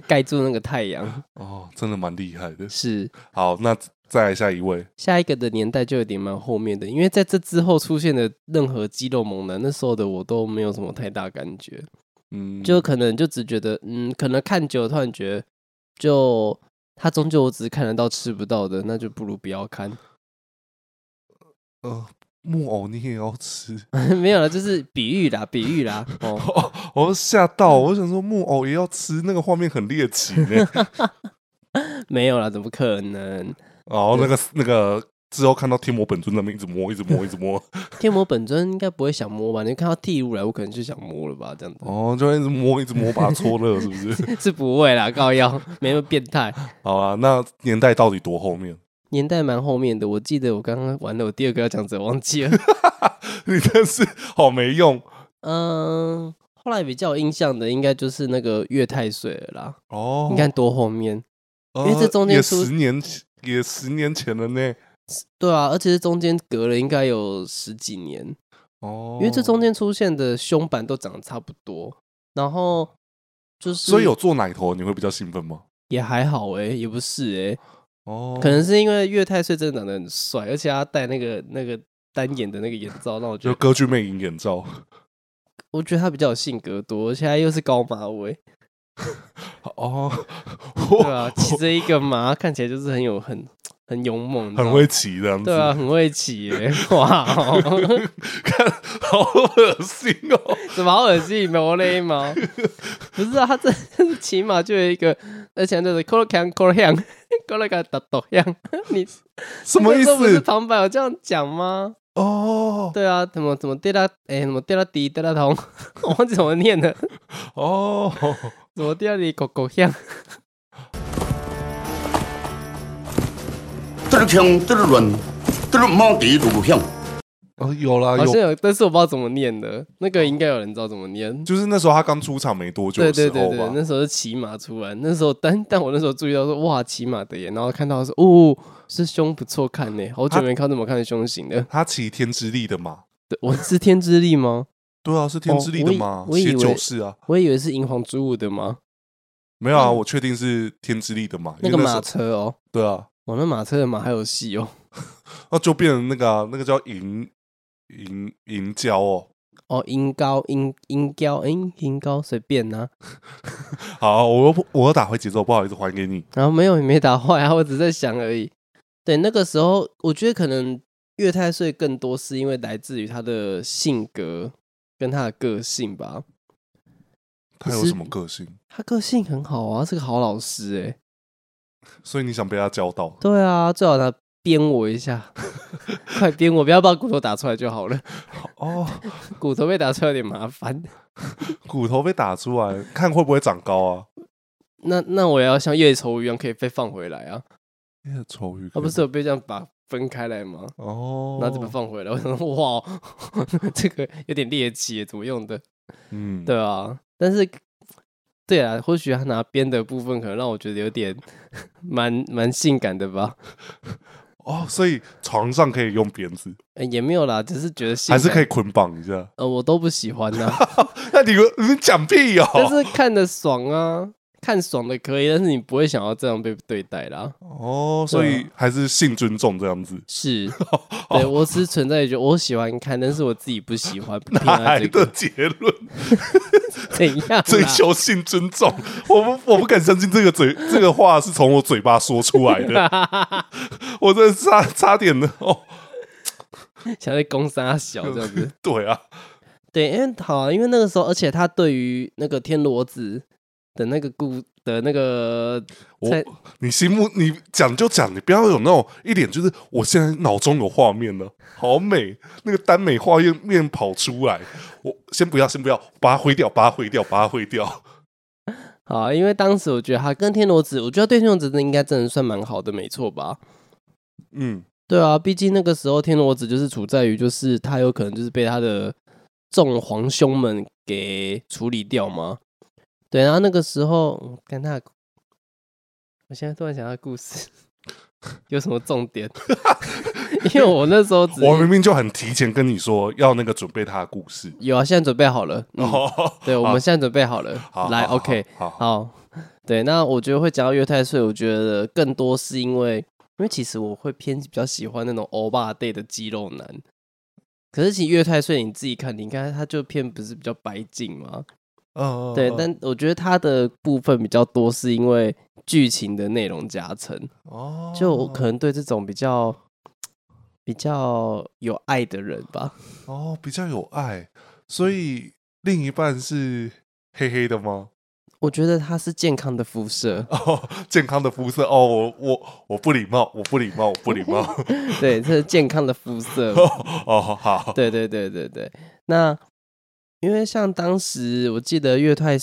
Speaker 2: 盖住那个太阳。
Speaker 1: 哦，真的蛮厉害的。
Speaker 2: 是
Speaker 1: 好，那再来下一位，
Speaker 2: 下一个的年代就有点蛮后面的，因为在这之后出现的任何肌肉猛男，那时候的我都没有什么太大感觉，
Speaker 1: 嗯，
Speaker 2: 就可能就只觉得，嗯，可能看久了突然觉得，就他终究我只是看得到吃不到的，那就不如不要看。
Speaker 1: 呃，木偶你也要吃？
Speaker 2: 没有了，就是比喻啦，比喻啦。哦，
Speaker 1: 哦，我吓到，我想说木偶也要吃，那个画面很猎奇呢。
Speaker 2: 没有啦，怎么可能？
Speaker 1: 然后那个那个之后看到天魔本尊那边一直摸，一直摸，一直摸，
Speaker 2: 天魔本尊应该不会想摸吧？你看到剃如来，我可能就想摸了吧？这样子、
Speaker 1: 哦，就一直摸，一直摸，把它搓热，是不是？
Speaker 2: 是不会啦，高腰没那么变态。
Speaker 1: 好啊，那年代到底多后面？
Speaker 2: 年代蛮后面的，我记得我刚刚玩了，我第二个要讲者忘记了。
Speaker 1: 你真是好没用
Speaker 2: 嗯，后来比较有印象的应该就是那个月太岁了啦。
Speaker 1: 哦。
Speaker 2: 你看多后面，
Speaker 1: 呃，
Speaker 2: 因为这中间
Speaker 1: 也
Speaker 2: 出
Speaker 1: 十年前，也十年前了呢。
Speaker 2: 对啊，而且是中间隔了应该有十几年。
Speaker 1: 哦，
Speaker 2: 因为这中间出现的胸版都长得差不多，然后就是
Speaker 1: 所以有做奶头，你会比较兴奋吗？
Speaker 2: 也还好哎、也不是哎、
Speaker 1: 哦，
Speaker 2: 可能是因为岳太岁真的长得很帅，而且他戴那个那个单眼的那个眼罩，让我觉
Speaker 1: 就
Speaker 2: 得
Speaker 1: 歌剧魅影眼罩。
Speaker 2: 我觉得他比较有性格多，而且他又是高马尾，
Speaker 1: 哦，
Speaker 2: 对啊，骑着一个马，看起来就是很有很很勇猛，你知 道
Speaker 1: 很
Speaker 2: 吗
Speaker 1: 会骑这样子。
Speaker 2: 对啊，很会骑耶、哇、哦，
Speaker 1: 看， 好恶心 哦！
Speaker 2: 怎么好恶心，毛 嘞毛，不是啊，他这骑马就有一个，而且就是 c o l o can c o l o can c o l o can 打抖样，你
Speaker 1: 什么意
Speaker 2: 这不是
Speaker 1: 思？
Speaker 2: 旁白有这样讲吗？
Speaker 1: 哦
Speaker 2: 对啊，怎么怎么滴答，哎、怎么滴答滴滴答通， 我忘记怎么念了，
Speaker 1: 哦，
Speaker 2: 怎么滴答滴狗狗像，
Speaker 3: 嘚儿轻，嘚儿软，嘚儿毛地都不响。
Speaker 1: 哦有啦
Speaker 2: 好像
Speaker 1: 有，
Speaker 2: 有，但是我不知道怎么念的，那个应该有人知道怎么念。
Speaker 1: 就是那时候他刚出场没多久
Speaker 2: 对
Speaker 1: 的
Speaker 2: 对
Speaker 1: 时
Speaker 2: 对
Speaker 1: 候
Speaker 2: 对，
Speaker 1: 吧。
Speaker 2: 那时候是骑马出来，那时候但但我那时候注意到说哇骑马的耶，然后看到说哦是胸不错看呢，好久没看到这么看的胸型了。
Speaker 1: 他骑天之力的马，
Speaker 2: 对我是天之力吗？
Speaker 1: 对啊，是天之力的嘛
Speaker 2: 哦，我以
Speaker 1: 写
Speaker 2: 我以为
Speaker 1: 九是啊，
Speaker 2: 我以为是银皇之舞的吗？
Speaker 1: 没有啊，我确定是天之力的嘛，
Speaker 2: 嗯那
Speaker 1: 因
Speaker 2: 个
Speaker 1: 为时
Speaker 2: 马
Speaker 1: 候
Speaker 2: 车哦，
Speaker 1: 对啊，
Speaker 2: 我那马车的马还有戏哦，
Speaker 1: 那就变成那个啊那个叫银银银胶哦。
Speaker 2: 哦，音高音音高音音高随便啊呐、
Speaker 1: 好，我又不我又打回节奏，不好意思，还给你。
Speaker 2: 然后没有也没打坏啊，我只在想而已。对，那个时候我觉得可能岳太岁更多是因为来自于他的性格跟他的个性吧。
Speaker 1: 他有什么个性？
Speaker 2: 他个性很好啊，是个好老师哎、
Speaker 1: 所以你想被他教到？
Speaker 2: 对啊，最好他鞭我一下， 快鞭我，不要把骨头打出来就好了。
Speaker 1: 哦，
Speaker 2: 骨头被打出来有点麻烦。
Speaker 1: 骨头被打出来，看会不会长高啊？
Speaker 2: 那那我也要像叶愁一样可以被放回来 啊！
Speaker 1: 那个哎丑鱼，
Speaker 2: 啊，不是有被这样把分开来吗？
Speaker 1: 哦，
Speaker 2: 然后这边放回来，我 想说哇哦，这个有点猎奇耶，怎么用的？
Speaker 1: 嗯，
Speaker 2: 对啊，但是对啊，或许他拿边的部分可能让我觉得有点 蛮蛮性感的吧，
Speaker 1: 哦，所以床上可以用鞭子，
Speaker 2: 呃也没有啦，只是觉得性
Speaker 1: 还是
Speaker 2: 感
Speaker 1: 可以哦捆绑一下。
Speaker 2: 呃，我都不喜欢 呐、
Speaker 1: 那你们你们讲屁哦！
Speaker 2: 但是看的爽啊，看爽的可以，但是你不会想要这样被对待啦。
Speaker 1: 哦，所
Speaker 2: 啊
Speaker 1: 以还是性尊重这样 子，
Speaker 2: 是，
Speaker 1: 哦
Speaker 2: 对我只是存在于觉得我喜欢看，但是我自己不喜 欢，不偏
Speaker 1: 哪来
Speaker 2: 爱这
Speaker 1: 的
Speaker 2: 个
Speaker 1: 结论？
Speaker 2: 怎样啦？
Speaker 1: 追求性尊重，我不我不敢相信这个嘴这个话是从我嘴巴说出来的， 我真的差差点的哦。
Speaker 2: 想在攻杀小这样 子。
Speaker 1: 对啊，
Speaker 2: 对，因为好、啊，因为那个时候，而且他对于那个天罗子的那个故的那个
Speaker 1: 我
Speaker 2: 在
Speaker 1: 你心目你讲就讲，你不要有那种一点就是我现在脑中有画面了，好美，那个耽美画面面跑出来，我先不要先不要，把它挥掉，把它挥掉，把它挥掉。
Speaker 2: 好、啊，因为当时我觉得他跟天罗子，我觉得对天罗子应该真的算蛮好的，没错吧？
Speaker 1: 嗯，
Speaker 2: 对啊，毕竟那个时候天罗子就是处在于，就是他有可能就是被他的众皇兄们给处理掉嘛。对，然后那个时候看他的故，我现在突然想到故事 有什么重点， 因为我那时候只
Speaker 1: 我明明就很提前跟你说要那个准备他的故事。
Speaker 2: 有啊，现在准备好了。 嗯、
Speaker 1: 哦，
Speaker 2: 对，我
Speaker 1: 好
Speaker 2: 们现在准备好了，
Speaker 1: 好
Speaker 2: 来
Speaker 1: 好好
Speaker 2: ，OK，
Speaker 1: 好好
Speaker 2: 好，对，那我觉得会讲到月太岁，我觉得更多是因为，因为其实我会偏比较喜欢那种欧巴 day 的肌肉男，可是其实月太岁你自己看，你看他就偏不是比较白净嘛，
Speaker 1: 嗯，
Speaker 2: 对，
Speaker 1: 嗯
Speaker 2: 但我觉得他的部分比较多是因为剧情的内容加成，
Speaker 1: 哦，
Speaker 2: 就我可能对这种比较比较有爱的人吧，
Speaker 1: 哦比较有爱，所以另一半是黑黑的吗？
Speaker 2: 我觉得他是健康的肤色。
Speaker 1: 哦，健康的肤色哦，我我我不礼貌，我不礼貌，我不礼貌。。
Speaker 2: 对，这是健康的肤色
Speaker 1: 哦，好，
Speaker 2: 对对对对对。那因为像当时我记得岳太，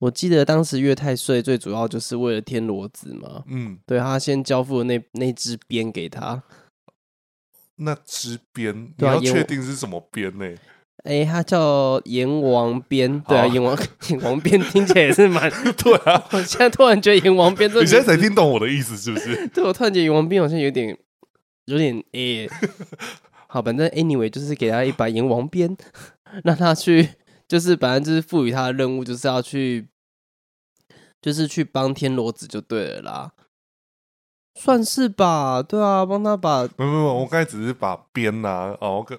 Speaker 2: 我记得当时岳太岁最主要就是为了天罗子嘛，
Speaker 1: 嗯，
Speaker 2: 对他先交付了那那支鞭给他，
Speaker 1: 那支鞭你
Speaker 2: 对啊
Speaker 1: 要
Speaker 2: 也
Speaker 1: 确
Speaker 2: 我
Speaker 1: 定是什么鞭呢？
Speaker 2: 诶，他叫阎王鞭，对啊，
Speaker 1: 好
Speaker 2: 阎王阎王鞭听起来也是蛮，
Speaker 1: 对 啊，
Speaker 2: 我现在突然觉得阎王鞭这个
Speaker 1: 你现在
Speaker 2: 名
Speaker 1: 才
Speaker 2: 字
Speaker 1: 听懂我的意思是不 是？
Speaker 2: 对我突然觉得阎王鞭好像有点有点诶、好，反正 anyway 就是给他一把阎王鞭， 让他去，就是反正就是赋予他的任务，就是要去，就是去帮天罗子就对了啦，算是吧，对啊，帮他把，
Speaker 1: 没有没有，我刚才只是把鞭呐，哦，跟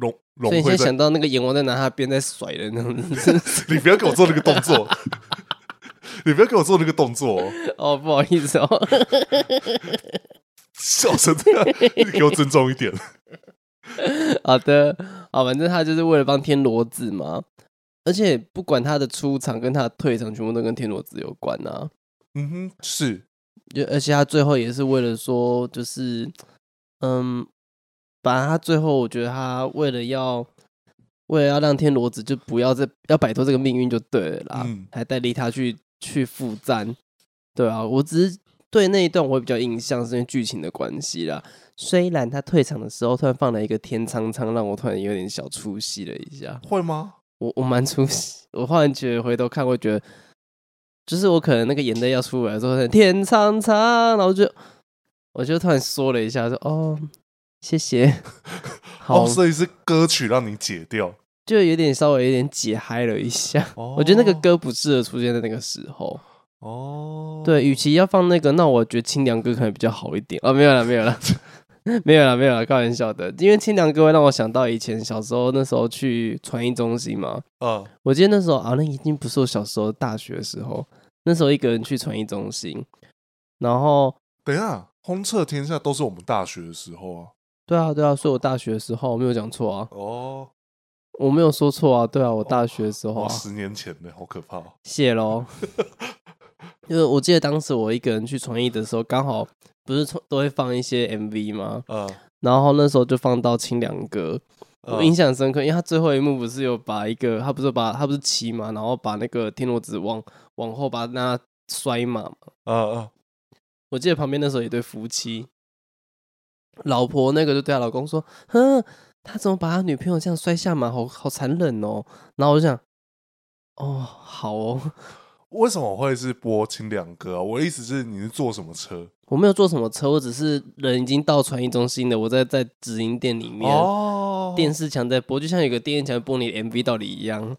Speaker 1: 融
Speaker 2: 所
Speaker 1: 融
Speaker 2: 以你现
Speaker 1: 会
Speaker 2: 在
Speaker 1: 在，
Speaker 2: 想到那个阎王在拿他的鞭在甩的那种姿 势
Speaker 1: 你不要给我做那个动作， 你不要给我做那个动作哦，
Speaker 2: 哦，不好意思哦，
Speaker 1: 笑成这样，你给我尊重一点。
Speaker 2: 好的，啊，反正他就是为了帮天罗子嘛，而且不管他的出场跟他的退场，全部都跟天罗子有关啊。
Speaker 1: 嗯哼，是
Speaker 2: 就而且他最后也是为了说，就是嗯，反正他最后我觉得他为了要为了要让天罗子就不要再要摆脱这个命运就对了啦，
Speaker 1: 嗯
Speaker 2: 还带丽塔去去复战，对啊，我只是对那一段我会比较印象，是因为剧情的关系啦。虽然他退场的时候突然放了一个天苍苍，让我突然有点小出戏了一下。
Speaker 1: 会吗？
Speaker 2: 我我蛮出戏，我忽然觉得回头看会觉得，就是我可能那个眼泪要出来的时候，天苍苍，然后就我就突然说了一下，说哦，谢谢，好，
Speaker 1: 哦，所以是歌曲让你解掉。
Speaker 2: 就有点稍微有点解嗨了一下。
Speaker 1: 哦
Speaker 2: 我觉得那个歌不适合出现在那个时候。
Speaker 1: 哦，
Speaker 2: 对，与其要放那个，那我觉得清凉歌可能比较好一点。哦，没有了，没有了， 没有了，没有了，开玩笑的。因为清凉歌会让我想到以前小时候那时候去传艺中心嘛，
Speaker 1: 呃，
Speaker 2: 我记得那时候啊，那已经不是我小时候大学的时候，那时候一个人去传艺中心，然后
Speaker 1: 等一下，轰彻天下都是我们大学的时候啊。
Speaker 2: 对啊，对啊，所以我大学的时候我没有讲错啊，
Speaker 1: 哦，
Speaker 2: 我没有说错啊，对啊，我大学的时候
Speaker 1: 哇，
Speaker 2: 啊，
Speaker 1: 十年前的好可怕哦。
Speaker 2: 谢喽。因为我记得当时我一个人去传艺的时候，刚好不是都会放一些 MV 吗？
Speaker 1: 呃，
Speaker 2: 然后那时候就放到清凉歌，
Speaker 1: 呃
Speaker 2: 我印象很深刻，因为他最后一幕不是有把一个他不是把他不是骑马，然后把那个天罗子往往后把那摔马嘛。
Speaker 1: 呃呃，
Speaker 2: 我记得旁边那时候有一对夫妻，老婆那个就对她老公说：“哼，他怎么把他女朋友这样摔下马，好好残忍哦。”然后我就想，哦，好哦，
Speaker 1: 为什么会是播清凉歌啊？我的意思是，你是坐什么车？
Speaker 2: 我没有坐什么车，我只是人已经到传艺中心了，我在在直营店里面。
Speaker 1: 哦，
Speaker 2: 电视墙在播，就像有个电视墙播你的 MV 道理 一样，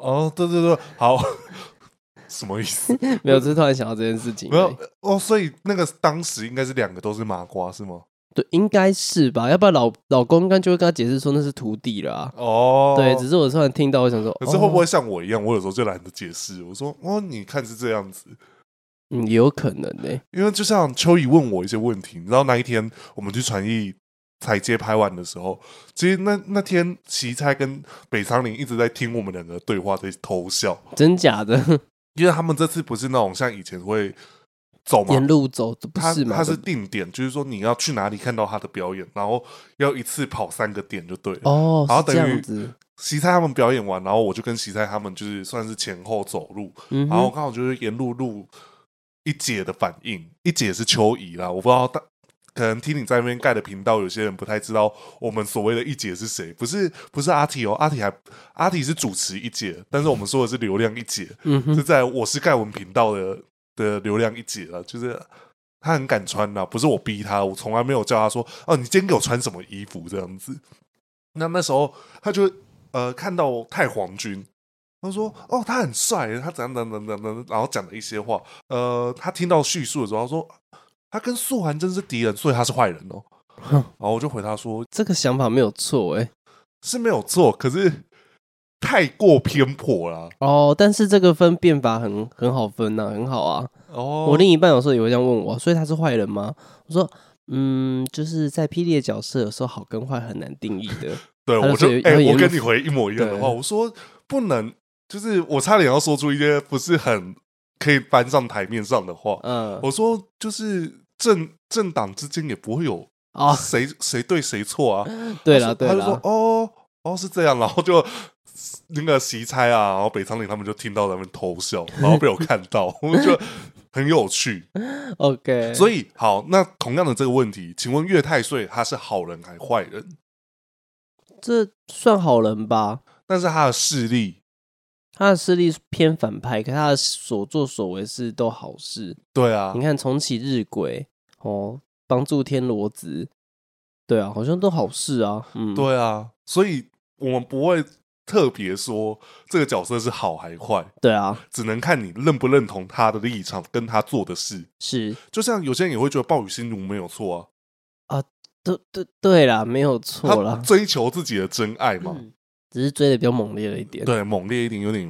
Speaker 1: 哦，对对对，好， 什么意思？
Speaker 2: 没有，只是突然想到这件事情。
Speaker 1: 没有哦，所以那个当时应该是两个都是麻瓜是吗？
Speaker 2: 对，应该是吧？要不然老老公应该就会跟他解释说那是徒弟了啊。
Speaker 1: 哦，
Speaker 2: 对，只是我突然听到，我想说，
Speaker 1: 可是会不
Speaker 2: 哦
Speaker 1: 会像我一样，我有时候就懒得解释，我说哦，你看是这样子，
Speaker 2: 嗯，有可能呢、
Speaker 1: 因为就像秋怡问我一些问题，你知道那一天我们去传艺彩街拍完的时候，其实那那天齐差跟北仓林一直在听我们两个的对话，在偷笑，
Speaker 2: 真假的？
Speaker 1: 因为他们这次不是那种像以前会走嘛
Speaker 2: 沿，路走，这不
Speaker 1: 他
Speaker 2: 是嘛？
Speaker 1: 他是定点，就是说你要去哪里看到他的表演，然后要一次跑三个点就对了。
Speaker 2: 哦，
Speaker 1: 然后
Speaker 2: 是这
Speaker 1: 等于
Speaker 2: 样子，
Speaker 1: 席菜他们表演完，然后我就跟席菜他们就是算是前后走路，
Speaker 2: 嗯哼，
Speaker 1: 然后刚好就是沿路录一姐的反应，一姐是秋怡啦，我不知道大可能听你在那边盖的频道，有些人不太知道我们所谓的一姐是谁，不是不是阿体哦，阿体还阿体是主持一姐，但是我们说的是流量一姐，
Speaker 2: 嗯
Speaker 1: 是
Speaker 2: 哼，
Speaker 1: 在我是盖文频道的的流量一姐了，就是她很敢穿啦，不是我逼她，我从来没有叫她说哦，你今天给我穿什么衣服这样子。那那时候她就呃看到太皇军，她说哦他很帅，他怎样怎样怎样怎样，然后讲了一些话。呃，她听到叙述的时候，她说他跟素涵真是敌人，所以他是坏人哦。
Speaker 2: 哼
Speaker 1: 然后我就回她说
Speaker 2: 这个想法没有错
Speaker 1: 欸
Speaker 2: 哎、
Speaker 1: 是没有错，可是太过偏颇啦。
Speaker 2: 哦，但是这个分辨法很很好分呐、很好啊。
Speaker 1: 哦，
Speaker 2: 我另一半有时候也会这样问我，所以他是坏人吗？我说，嗯，就是在霹雳的角色有时候好跟坏很难定义 的。
Speaker 1: 对，
Speaker 2: 他就
Speaker 1: 我就是哎、
Speaker 2: 要
Speaker 1: 我
Speaker 2: 沿
Speaker 1: 跟
Speaker 2: 路
Speaker 1: 你回一模一样的话，
Speaker 2: 对
Speaker 1: 我说不能，就是我差点要说出一些不是很可以搬上台面上的话。
Speaker 2: 嗯，
Speaker 1: 我说就是政政党之间也不会有
Speaker 2: 哦，
Speaker 1: 谁谁、对谁错啊。
Speaker 2: 对
Speaker 1: 他说
Speaker 2: 了对
Speaker 1: 他就
Speaker 2: 了
Speaker 1: 说，哦哦是这样，然后就那个席差啊，然后北仓岭他们就听到他们偷笑，然后被我看到，我就觉 得很有趣。
Speaker 2: 嗯 OK，
Speaker 1: 哦所以好，那同样的这个问题，请问岳太岁他是好人还坏人？
Speaker 2: 这算好人吧？
Speaker 1: 但是他的势力
Speaker 2: 他的势力是偏反派，可他的所作所为是都好事。
Speaker 1: 对啊
Speaker 2: 你，看，重启日晷，哦，帮助天罗子，对啊，好像都好事啊。嗯，，
Speaker 1: 对啊，所以我们不会特别说这个角色是好还坏，
Speaker 2: 对啊，
Speaker 1: 只能看你认不认同他的立场跟他做的事。
Speaker 2: 是，
Speaker 1: 就像有些人也会觉得暴雨新奴没有错啊，
Speaker 2: 对对对啦，没有错
Speaker 1: 他
Speaker 2: 啦，嗯
Speaker 1: 追求自己的真爱嘛，
Speaker 2: 只是追的比较猛烈了一点，
Speaker 1: 对，猛烈一点，有点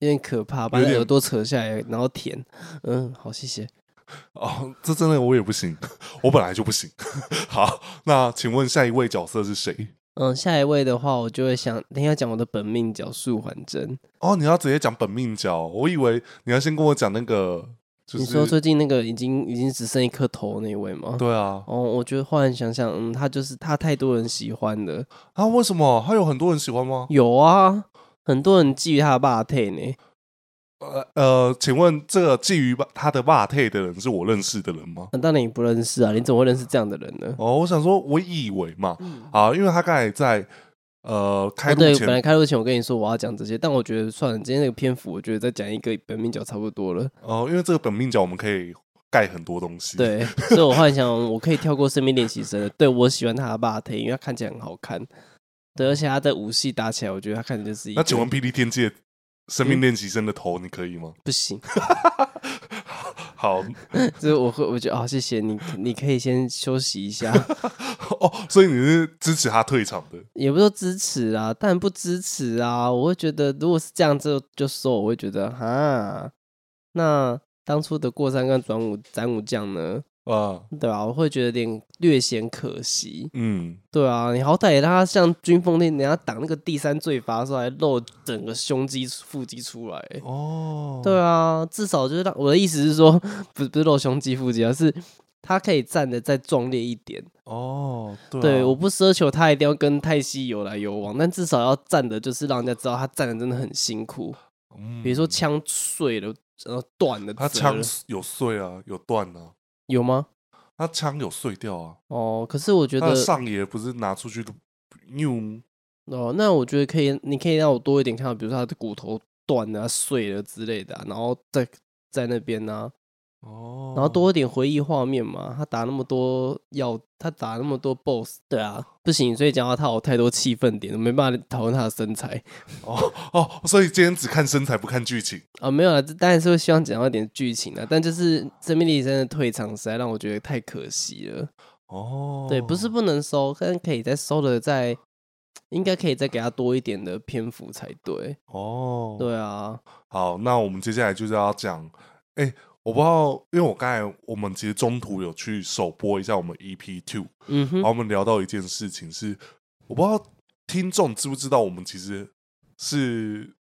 Speaker 2: 有点可怕，把
Speaker 1: 有
Speaker 2: 你
Speaker 1: 点
Speaker 2: 耳朵扯下来，然后舔。嗯，好，谢谢。
Speaker 1: 哦，这真的我也不行， 我本来就不行。 好，那请问下一位角色是谁？
Speaker 2: 嗯，下一位的话，我就会想，等一下讲我的本命叫素还真。
Speaker 1: 哦，你要直接讲本命角，我以为你要先跟我讲那个，就
Speaker 2: 你说
Speaker 1: 是
Speaker 2: 最近那个已经已经只剩一颗头那位吗？
Speaker 1: 对啊，
Speaker 2: 哦，我觉得忽然想想，嗯，他就是他太多人喜欢了，
Speaker 1: 啊，为什么他有很多人喜欢吗？
Speaker 2: 有啊，很多人觊觎他的霸体呢。
Speaker 1: 呃呃，请问这个觊觎他的霸退的人是我认识的人吗？
Speaker 2: 那当然你不认识啊，你怎么会认识这样的人呢？
Speaker 1: 哦，我想说，我以为嘛，啊，因为他刚才在呃开
Speaker 2: 嗯哦
Speaker 1: 路
Speaker 2: 对，
Speaker 1: 前，
Speaker 2: 本来开录前我跟你说我要讲这些，但我觉得算了，今天那个篇幅，我觉得再讲一个本命角差不多了。
Speaker 1: 哦、因为这个本命角我们可以盖很多东西，，
Speaker 2: 对，所以我幻想我可以跳过生命练习生了。对我喜欢他的霸体，因为他看起来很好看。对，而且他的武戏打起来，我觉得他看起来就是一
Speaker 1: 那
Speaker 2: 个
Speaker 1: 请问霹雳天界生命练习生的头你可以 吗？
Speaker 2: 不行，
Speaker 1: 好
Speaker 2: 就是我会我觉得哦，谢谢你，你可以先休息一下，
Speaker 1: 哦，所以你是支持他退场的？
Speaker 2: 也不是说支持啊，但不支持啊，我会觉得如果是这样就就收，我会觉得哈，那当初的过山跟转武斩武将呢，
Speaker 1: 啊，
Speaker 2: 对吧、我会觉得有点略显可惜，
Speaker 1: 嗯，
Speaker 2: 对啊，你好歹也让他像军风令，人家挡那个第三罪罚的时候还露整个胸肌腹肌出来、
Speaker 1: 哦，
Speaker 2: 对啊，至少就是让我的意思是说， 不是不是露胸肌腹肌，而是他可以站的再壮烈一点。
Speaker 1: 哦，对啊
Speaker 2: 对，我不奢求他一定要跟泰西有来有往，但至少要站的，就是让人家知道他站的真的很辛苦。
Speaker 1: 嗯
Speaker 2: 比如说枪碎了，然后断了，
Speaker 1: 他
Speaker 2: 折
Speaker 1: 枪
Speaker 2: 了
Speaker 1: 有碎啊，有断啊，
Speaker 2: 有吗？
Speaker 1: 他枪有碎掉啊，
Speaker 2: 哦，可是我觉
Speaker 1: 他的
Speaker 2: 得
Speaker 1: 上野不是拿出去都用
Speaker 2: 哦，那我觉得可以，你可以让我多一点看到，比如说他的骨头断啊、碎了之类的啊、然后在在那边呢、
Speaker 1: 哦，
Speaker 2: 然后多一点回忆画面嘛。他打那么多药，他打那么多 BOSS，对啊，不行，所以讲到他有太多气氛点，没办法讨论他的身材
Speaker 1: 哦哦，所以今天只看身材不看剧情
Speaker 2: 啊，没有啊，这当然是会希望讲到一点剧情啊，但就是生命力真的退场实在让我觉得太可惜了。
Speaker 1: 哦，
Speaker 2: 对，不是不能收，但可以再收的再，应该可以再给他多一点的篇幅才对。
Speaker 1: 哦，
Speaker 2: 对啊，
Speaker 1: 好，那我们接下来就是要讲，哎、我不知道，因为我刚才我们其实中途有去首播一下我们 EP Two，、
Speaker 2: 嗯哼
Speaker 1: 然后，我们聊到一件事情是，我不知道听众知不知道，我们其实是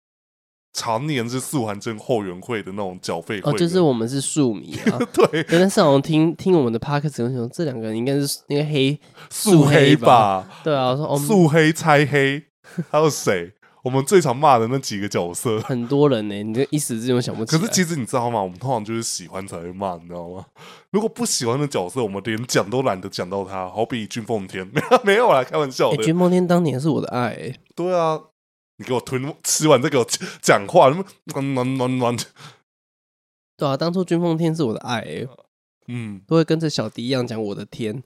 Speaker 1: 常年是素还真后援会的那种缴费会
Speaker 2: 哦，
Speaker 1: 员，
Speaker 2: 就是我们是庶迷 啊。
Speaker 1: 对
Speaker 2: 对，但是我听听我们的 podcast，我想这两个人应该是那个黑
Speaker 1: 素黑
Speaker 2: 吧？
Speaker 1: 吧，
Speaker 2: 对啊，我说哦，
Speaker 1: 素黑猜黑，还有谁？我们最常骂的那几个角色。
Speaker 2: 很多人呢、你这一时之间想不起
Speaker 1: 可
Speaker 2: 来。
Speaker 1: 是其实你知道吗？我们通常就是喜欢才会骂，你知道吗？如果不喜欢的角色，我们连讲都懒得讲到他。好比君奉天， 没有没有啦，开玩笑
Speaker 2: 哎、
Speaker 1: 的。
Speaker 2: 君梦天当年是我的爱、欸，
Speaker 1: 对啊，你给我吞吃完再给我讲话，那么暖暖暖暖，
Speaker 2: 对啊，当初君梦天是我的爱、欸，
Speaker 1: 嗯，
Speaker 2: 都会跟着小迪一样讲我的天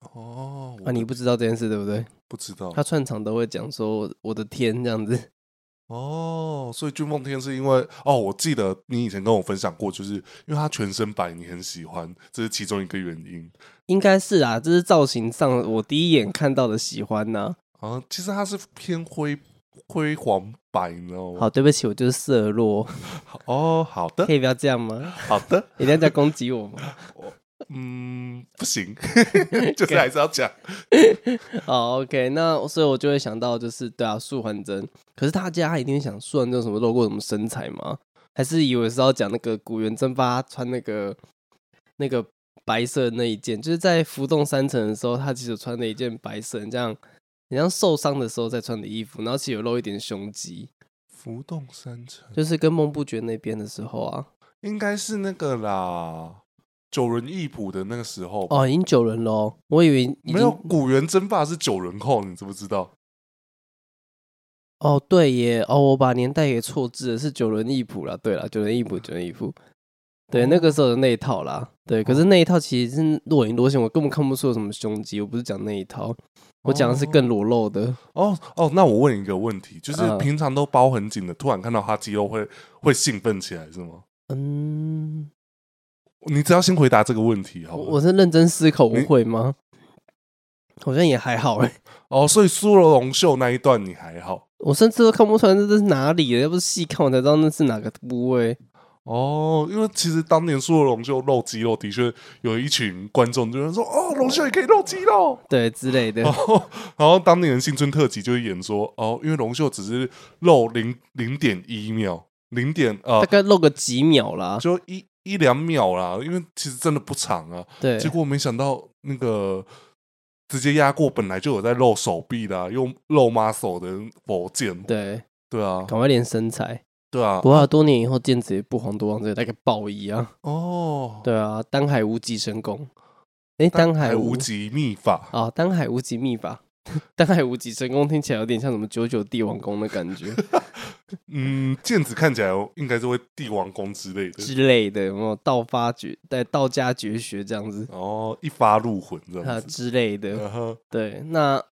Speaker 1: 哦，
Speaker 2: 啊！
Speaker 1: 我哦
Speaker 2: 你不知道这件事对不对？
Speaker 1: 不知道
Speaker 2: 他串场都会讲说我的天这样子，
Speaker 1: 哦，所以君奉天是因为哦，我记得你以前跟我分享过，就是因为他全身白，你很喜欢，这是其中一个原因。
Speaker 2: 应该是啊，这是造型上我第一眼看到的喜欢呐、
Speaker 1: 啊，其实它是偏灰灰黄白，你知道吗？
Speaker 2: 好，对不起，我就是色弱，
Speaker 1: 好哦，好的
Speaker 2: 可，以不要这样吗？
Speaker 1: 好的，
Speaker 2: 一定要这样攻击我吗？
Speaker 1: 嗯，不 行，就是还是要讲。
Speaker 2: 哦，OK，那所以我就会想到，就是对啊，素还真。可是大家一定会想，素还真有什么露过什么身材吗？还是以为是要讲那个古元真八穿那个那个白色的那一件，就是在浮动三层的时候，他其实穿了一件白色，很像很像受伤的时候在穿的衣服，然后其实有露一点胸肌，
Speaker 1: 浮动三层
Speaker 2: 就是跟梦不觉那边的时候啊，
Speaker 1: 应该是那个啦，九人一仆的那个时候吧。
Speaker 2: 哦，已经九人喽，我以为已
Speaker 1: 没有，
Speaker 2: 经
Speaker 1: 古元争霸是九人后，你知不知道？
Speaker 2: 哦，对耶，哦，我把年代给错置了，是九轮易谱啦。对啦，九轮易谱，九轮易谱，对，
Speaker 1: 哦
Speaker 2: 那个时候的那一套啦，对。可是那一套其实是若隐若现，我根本看不出有什么胸肌。我不是讲那一套，我讲的是更裸露的。
Speaker 1: 哦哦，那我问一个问题，就是
Speaker 2: 嗯
Speaker 1: 平常都包很紧的，突然看到他肌肉会会兴奋起来是吗？
Speaker 2: 嗯，
Speaker 1: 你只要先回答这个问题好
Speaker 2: 我
Speaker 1: 了。
Speaker 2: 我是认真思考，我
Speaker 1: 你
Speaker 2: 会吗？好像也还好哎、
Speaker 1: 哦，所以苏罗龙秀那一段你还好。
Speaker 2: 我甚至都看不出来那是哪里了，要不是细看我才知道那是哪个部位。
Speaker 1: 哦，因为其实当年苏有龙秀露肌肉，的确有一群观众就会说：“哦，龙秀也可以露肌肉。
Speaker 2: 对之类的
Speaker 1: 然，后，然后当年的新春特辑就是演说：“哦，因为龙秀只是露零零点一秒，零点
Speaker 2: 大
Speaker 1: 呃，
Speaker 2: 概露个几秒啦。
Speaker 1: 就一一两秒啦，因为其实真的不长啊。
Speaker 2: 对，
Speaker 1: 结果没想到那个直接压过本来就有在露手臂的、啊，用露 muscle 的佛剑，
Speaker 2: 对，
Speaker 1: 对啊，
Speaker 2: 赶快练身材。
Speaker 1: 对啊
Speaker 2: 不，过啊多年以后，剑子也不遑多让，这个大概爆一样。
Speaker 1: 哦，
Speaker 2: 对啊，丹海无极神功，诶，
Speaker 1: 但
Speaker 2: 丹海
Speaker 1: 无
Speaker 2: 极
Speaker 1: 极秘法。”
Speaker 2: 啊，丹海无极秘法， 丹海无极神功听起来有点像什么九九帝王功的感觉
Speaker 1: 嗯，毽子看起来应该是会帝王功之类的，
Speaker 2: 之类的，有没有道发绝在道家绝学这样子
Speaker 1: 哦 然后一发入魂这嗯
Speaker 2: 啊
Speaker 1: 样子。
Speaker 2: 之类的？
Speaker 1: 然后
Speaker 2: 对，那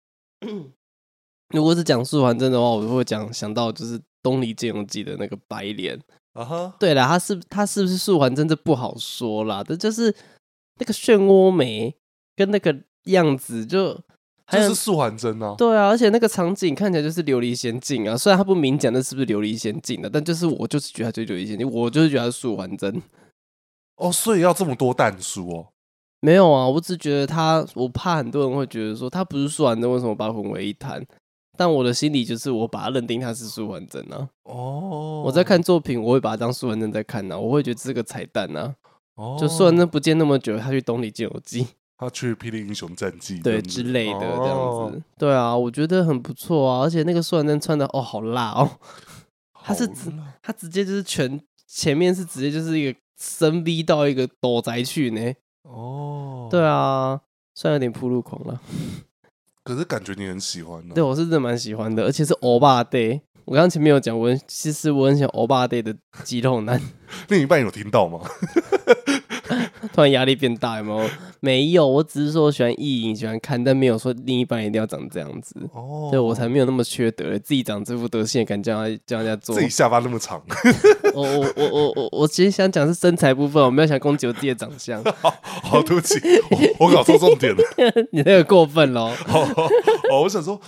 Speaker 2: 如果是讲素还真的话，我会讲想到就是东篱剑游记的那个白莲。
Speaker 1: 啊哈，
Speaker 2: 对啦，他是他是不是素还真的不好说啦，但就是那个漩涡眉跟那个样子就。还
Speaker 1: 这
Speaker 2: 有
Speaker 1: 是素还真啊，
Speaker 2: 对啊，而且那个场景看起来就是《琉璃仙境》啊，虽然他不明讲那是不是《琉璃仙境》的，但就是我就是觉得它就是《琉璃仙境》，我就是觉得它是素还真。
Speaker 1: 哦，所以要这么多蛋书哦，
Speaker 2: 没有啊，我只觉得他，我怕很多人会觉得说他不是素还真，为什么把它混为一谈？但我的心里就是我把它认定他是素还真啊。
Speaker 1: 哦，
Speaker 2: 我在看作品，我会把它当素还真在看啊，我会觉得这是个彩蛋啊。
Speaker 1: 哦，
Speaker 2: 就素还真不见那么久，他去东里见游记，
Speaker 1: 他去《霹雳英雄战记》 这样
Speaker 2: 对
Speaker 1: 子
Speaker 2: 之类的这样
Speaker 1: 嗯哦
Speaker 2: 子。对啊，我觉得很不错啊，而且那个素还真穿的哦好辣哦。 他是
Speaker 1: 好
Speaker 2: 直
Speaker 1: 啦
Speaker 2: 他直接就是全前面是直接就是一个深 V 到一个斗宅去呢。
Speaker 1: 哦，
Speaker 2: 对，啊，虽然有点铺路狂了，
Speaker 1: 可是感觉你很喜欢啊呢
Speaker 2: 对，我是真的蛮喜欢的，而且是欧巴 day。我刚刚前面有讲，我很其实我很喜欢欧巴 day 的肌肉男，
Speaker 1: 另一半有听到吗？
Speaker 2: 突然压力变大，有没有？没有，我只是说我喜欢意淫，喜欢看，但没有说另一半一定要长这样子。
Speaker 1: 哦，
Speaker 2: 对我才没有那么缺德，自己长这副德性，敢叫他叫人家做
Speaker 1: 自。己下巴那么长，
Speaker 2: 我我我我我我其实想讲是身材部分，我没有想攻击我自己的长相，
Speaker 1: 好，对不起，我我搞错重点了。
Speaker 2: 你那个过分喽。
Speaker 1: 好，好好我想说，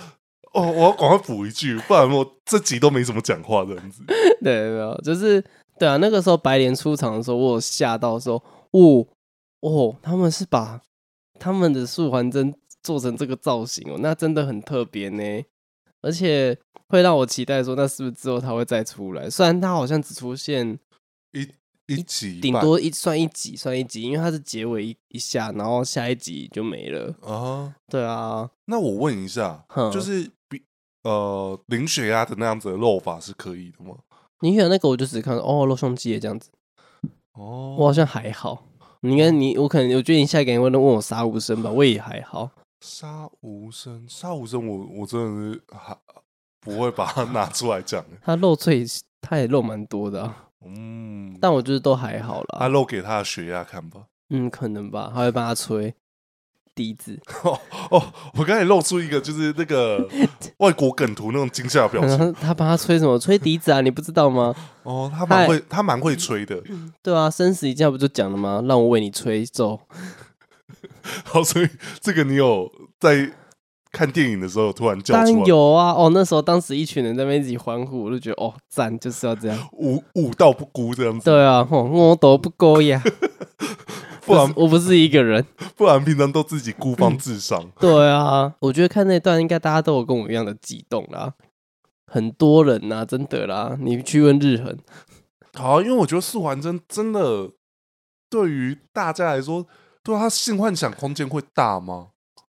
Speaker 1: 哦，我要赶快补一句，不然我这集都没怎么讲话这样子。
Speaker 2: 对，没有，就是对啊，那个时候白莲出场的时候，我有吓到说，哦哦，他们是把他们的素还真做成这个造型哦，那真的很特别呢，而且会让我期待说，那是不是之后他会再出来？虽然他好像只出现
Speaker 1: 一一集
Speaker 2: 顶
Speaker 1: 半
Speaker 2: 多一算一集，算一集，因为它是结尾一一下，然后下一集就没了。
Speaker 1: 啊，
Speaker 2: 对啊，
Speaker 1: 那我问一下
Speaker 2: 哼，
Speaker 1: 就是比呃零血压的那样子的肉法是可以的吗？
Speaker 2: 你选那个我就只看哦，露胸肌也这样子，
Speaker 1: 哦，
Speaker 2: 我好像还好。你应该你我可能我觉得你下一个应该会问我杀无声吧，我也还好。
Speaker 1: 杀无声，杀无声我，我真的是还不会把它拿出来讲。欸
Speaker 2: 他漏最，他也漏蛮多的、啊，
Speaker 1: 嗯，
Speaker 2: 但我就是都还好啦
Speaker 1: 他。露给他的血压看吧。
Speaker 2: 嗯，可能吧，他会帮他吹笛子，
Speaker 1: 哦哦，我刚才露出一个就是那 个外国梗图那种惊吓的表
Speaker 2: 然
Speaker 1: 情。
Speaker 2: 后他帮他吹什么？吹笛子啊，你不知道吗？
Speaker 1: 哦，他蛮会，他蛮会吹的。
Speaker 2: 对啊，生死一教不就讲了吗？让我为你吹奏。
Speaker 1: 好，所以这个你有在看电影的时候突然叫
Speaker 2: 当
Speaker 1: 出
Speaker 2: 然
Speaker 1: 来，
Speaker 2: 有啊，哦，那时候当时一群人在那边一起欢呼，我就觉得哦，赞，就是要这 样。
Speaker 1: 五五道不孤这样子，
Speaker 2: 对啊，吼我都不够呀，
Speaker 1: 不然
Speaker 2: 我不是一嗯 个人。
Speaker 1: 不然平常都自己孤芳自赏。
Speaker 2: 对啊，我觉得看那段应该大家都有跟我一样的激动啦，很多人呐、真的啦，你去问日恒。
Speaker 1: 好，啊因为我觉得素还真真的对于大家来说，对啊他性幻想空间会大吗？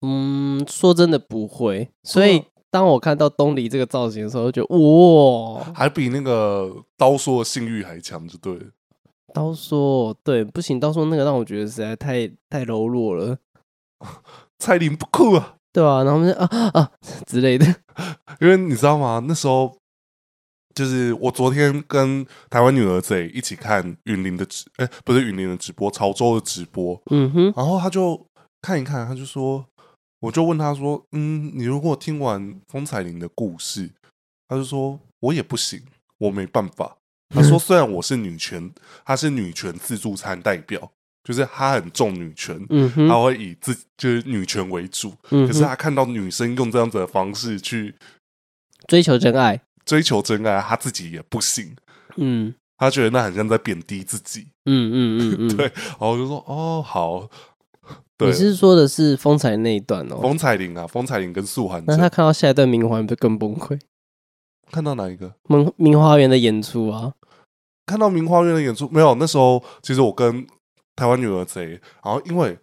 Speaker 2: 嗯，说真的不会。所
Speaker 1: 对啊
Speaker 2: 以当我看到东篱这个造型的时候，就觉得哇，
Speaker 1: 还比那个刀说的性欲还强，就对了。
Speaker 2: 刀说对，不行，刀说那个让我觉得实在太太柔弱了，
Speaker 1: 蔡琳不酷啊，
Speaker 2: 对啊，然后我们就啊啊之类的，
Speaker 1: 因为你知道吗？那时候就是我昨天跟台湾女儿贼一起看云林的直，哎、不是云林的直播，潮州的直播，
Speaker 2: 嗯哼，
Speaker 1: 然后他就看一看，他就说，我就问他说，嗯，你如果听完风彩玲的故事，他就说我也不行，我没办法。他 说，虽然我是女权，她是女权自助餐代表，就是她很重女权，
Speaker 2: 嗯
Speaker 1: 她
Speaker 2: 哼，
Speaker 1: 会以自就是女权为主，
Speaker 2: 嗯
Speaker 1: 可是
Speaker 2: 哼，
Speaker 1: 她看到女生用这样子的方式去
Speaker 2: 追求真爱，
Speaker 1: 追求真爱，她自己也不行。
Speaker 2: 嗯
Speaker 1: 她觉得那很像在贬低自己，
Speaker 2: 嗯嗯嗯 嗯，
Speaker 1: 对，然后我就说哦好， 对
Speaker 2: 你，是说的是风采那一段哦？
Speaker 1: 风彩玲啊，风彩玲跟素涵
Speaker 2: 那
Speaker 1: 真
Speaker 2: 他看到下一段明环不更崩溃？
Speaker 1: 看到哪一个？
Speaker 2: 明明花园的演出啊，
Speaker 1: 看到明花园的演出没有？那时候其实我跟台湾女儿贼，然后因为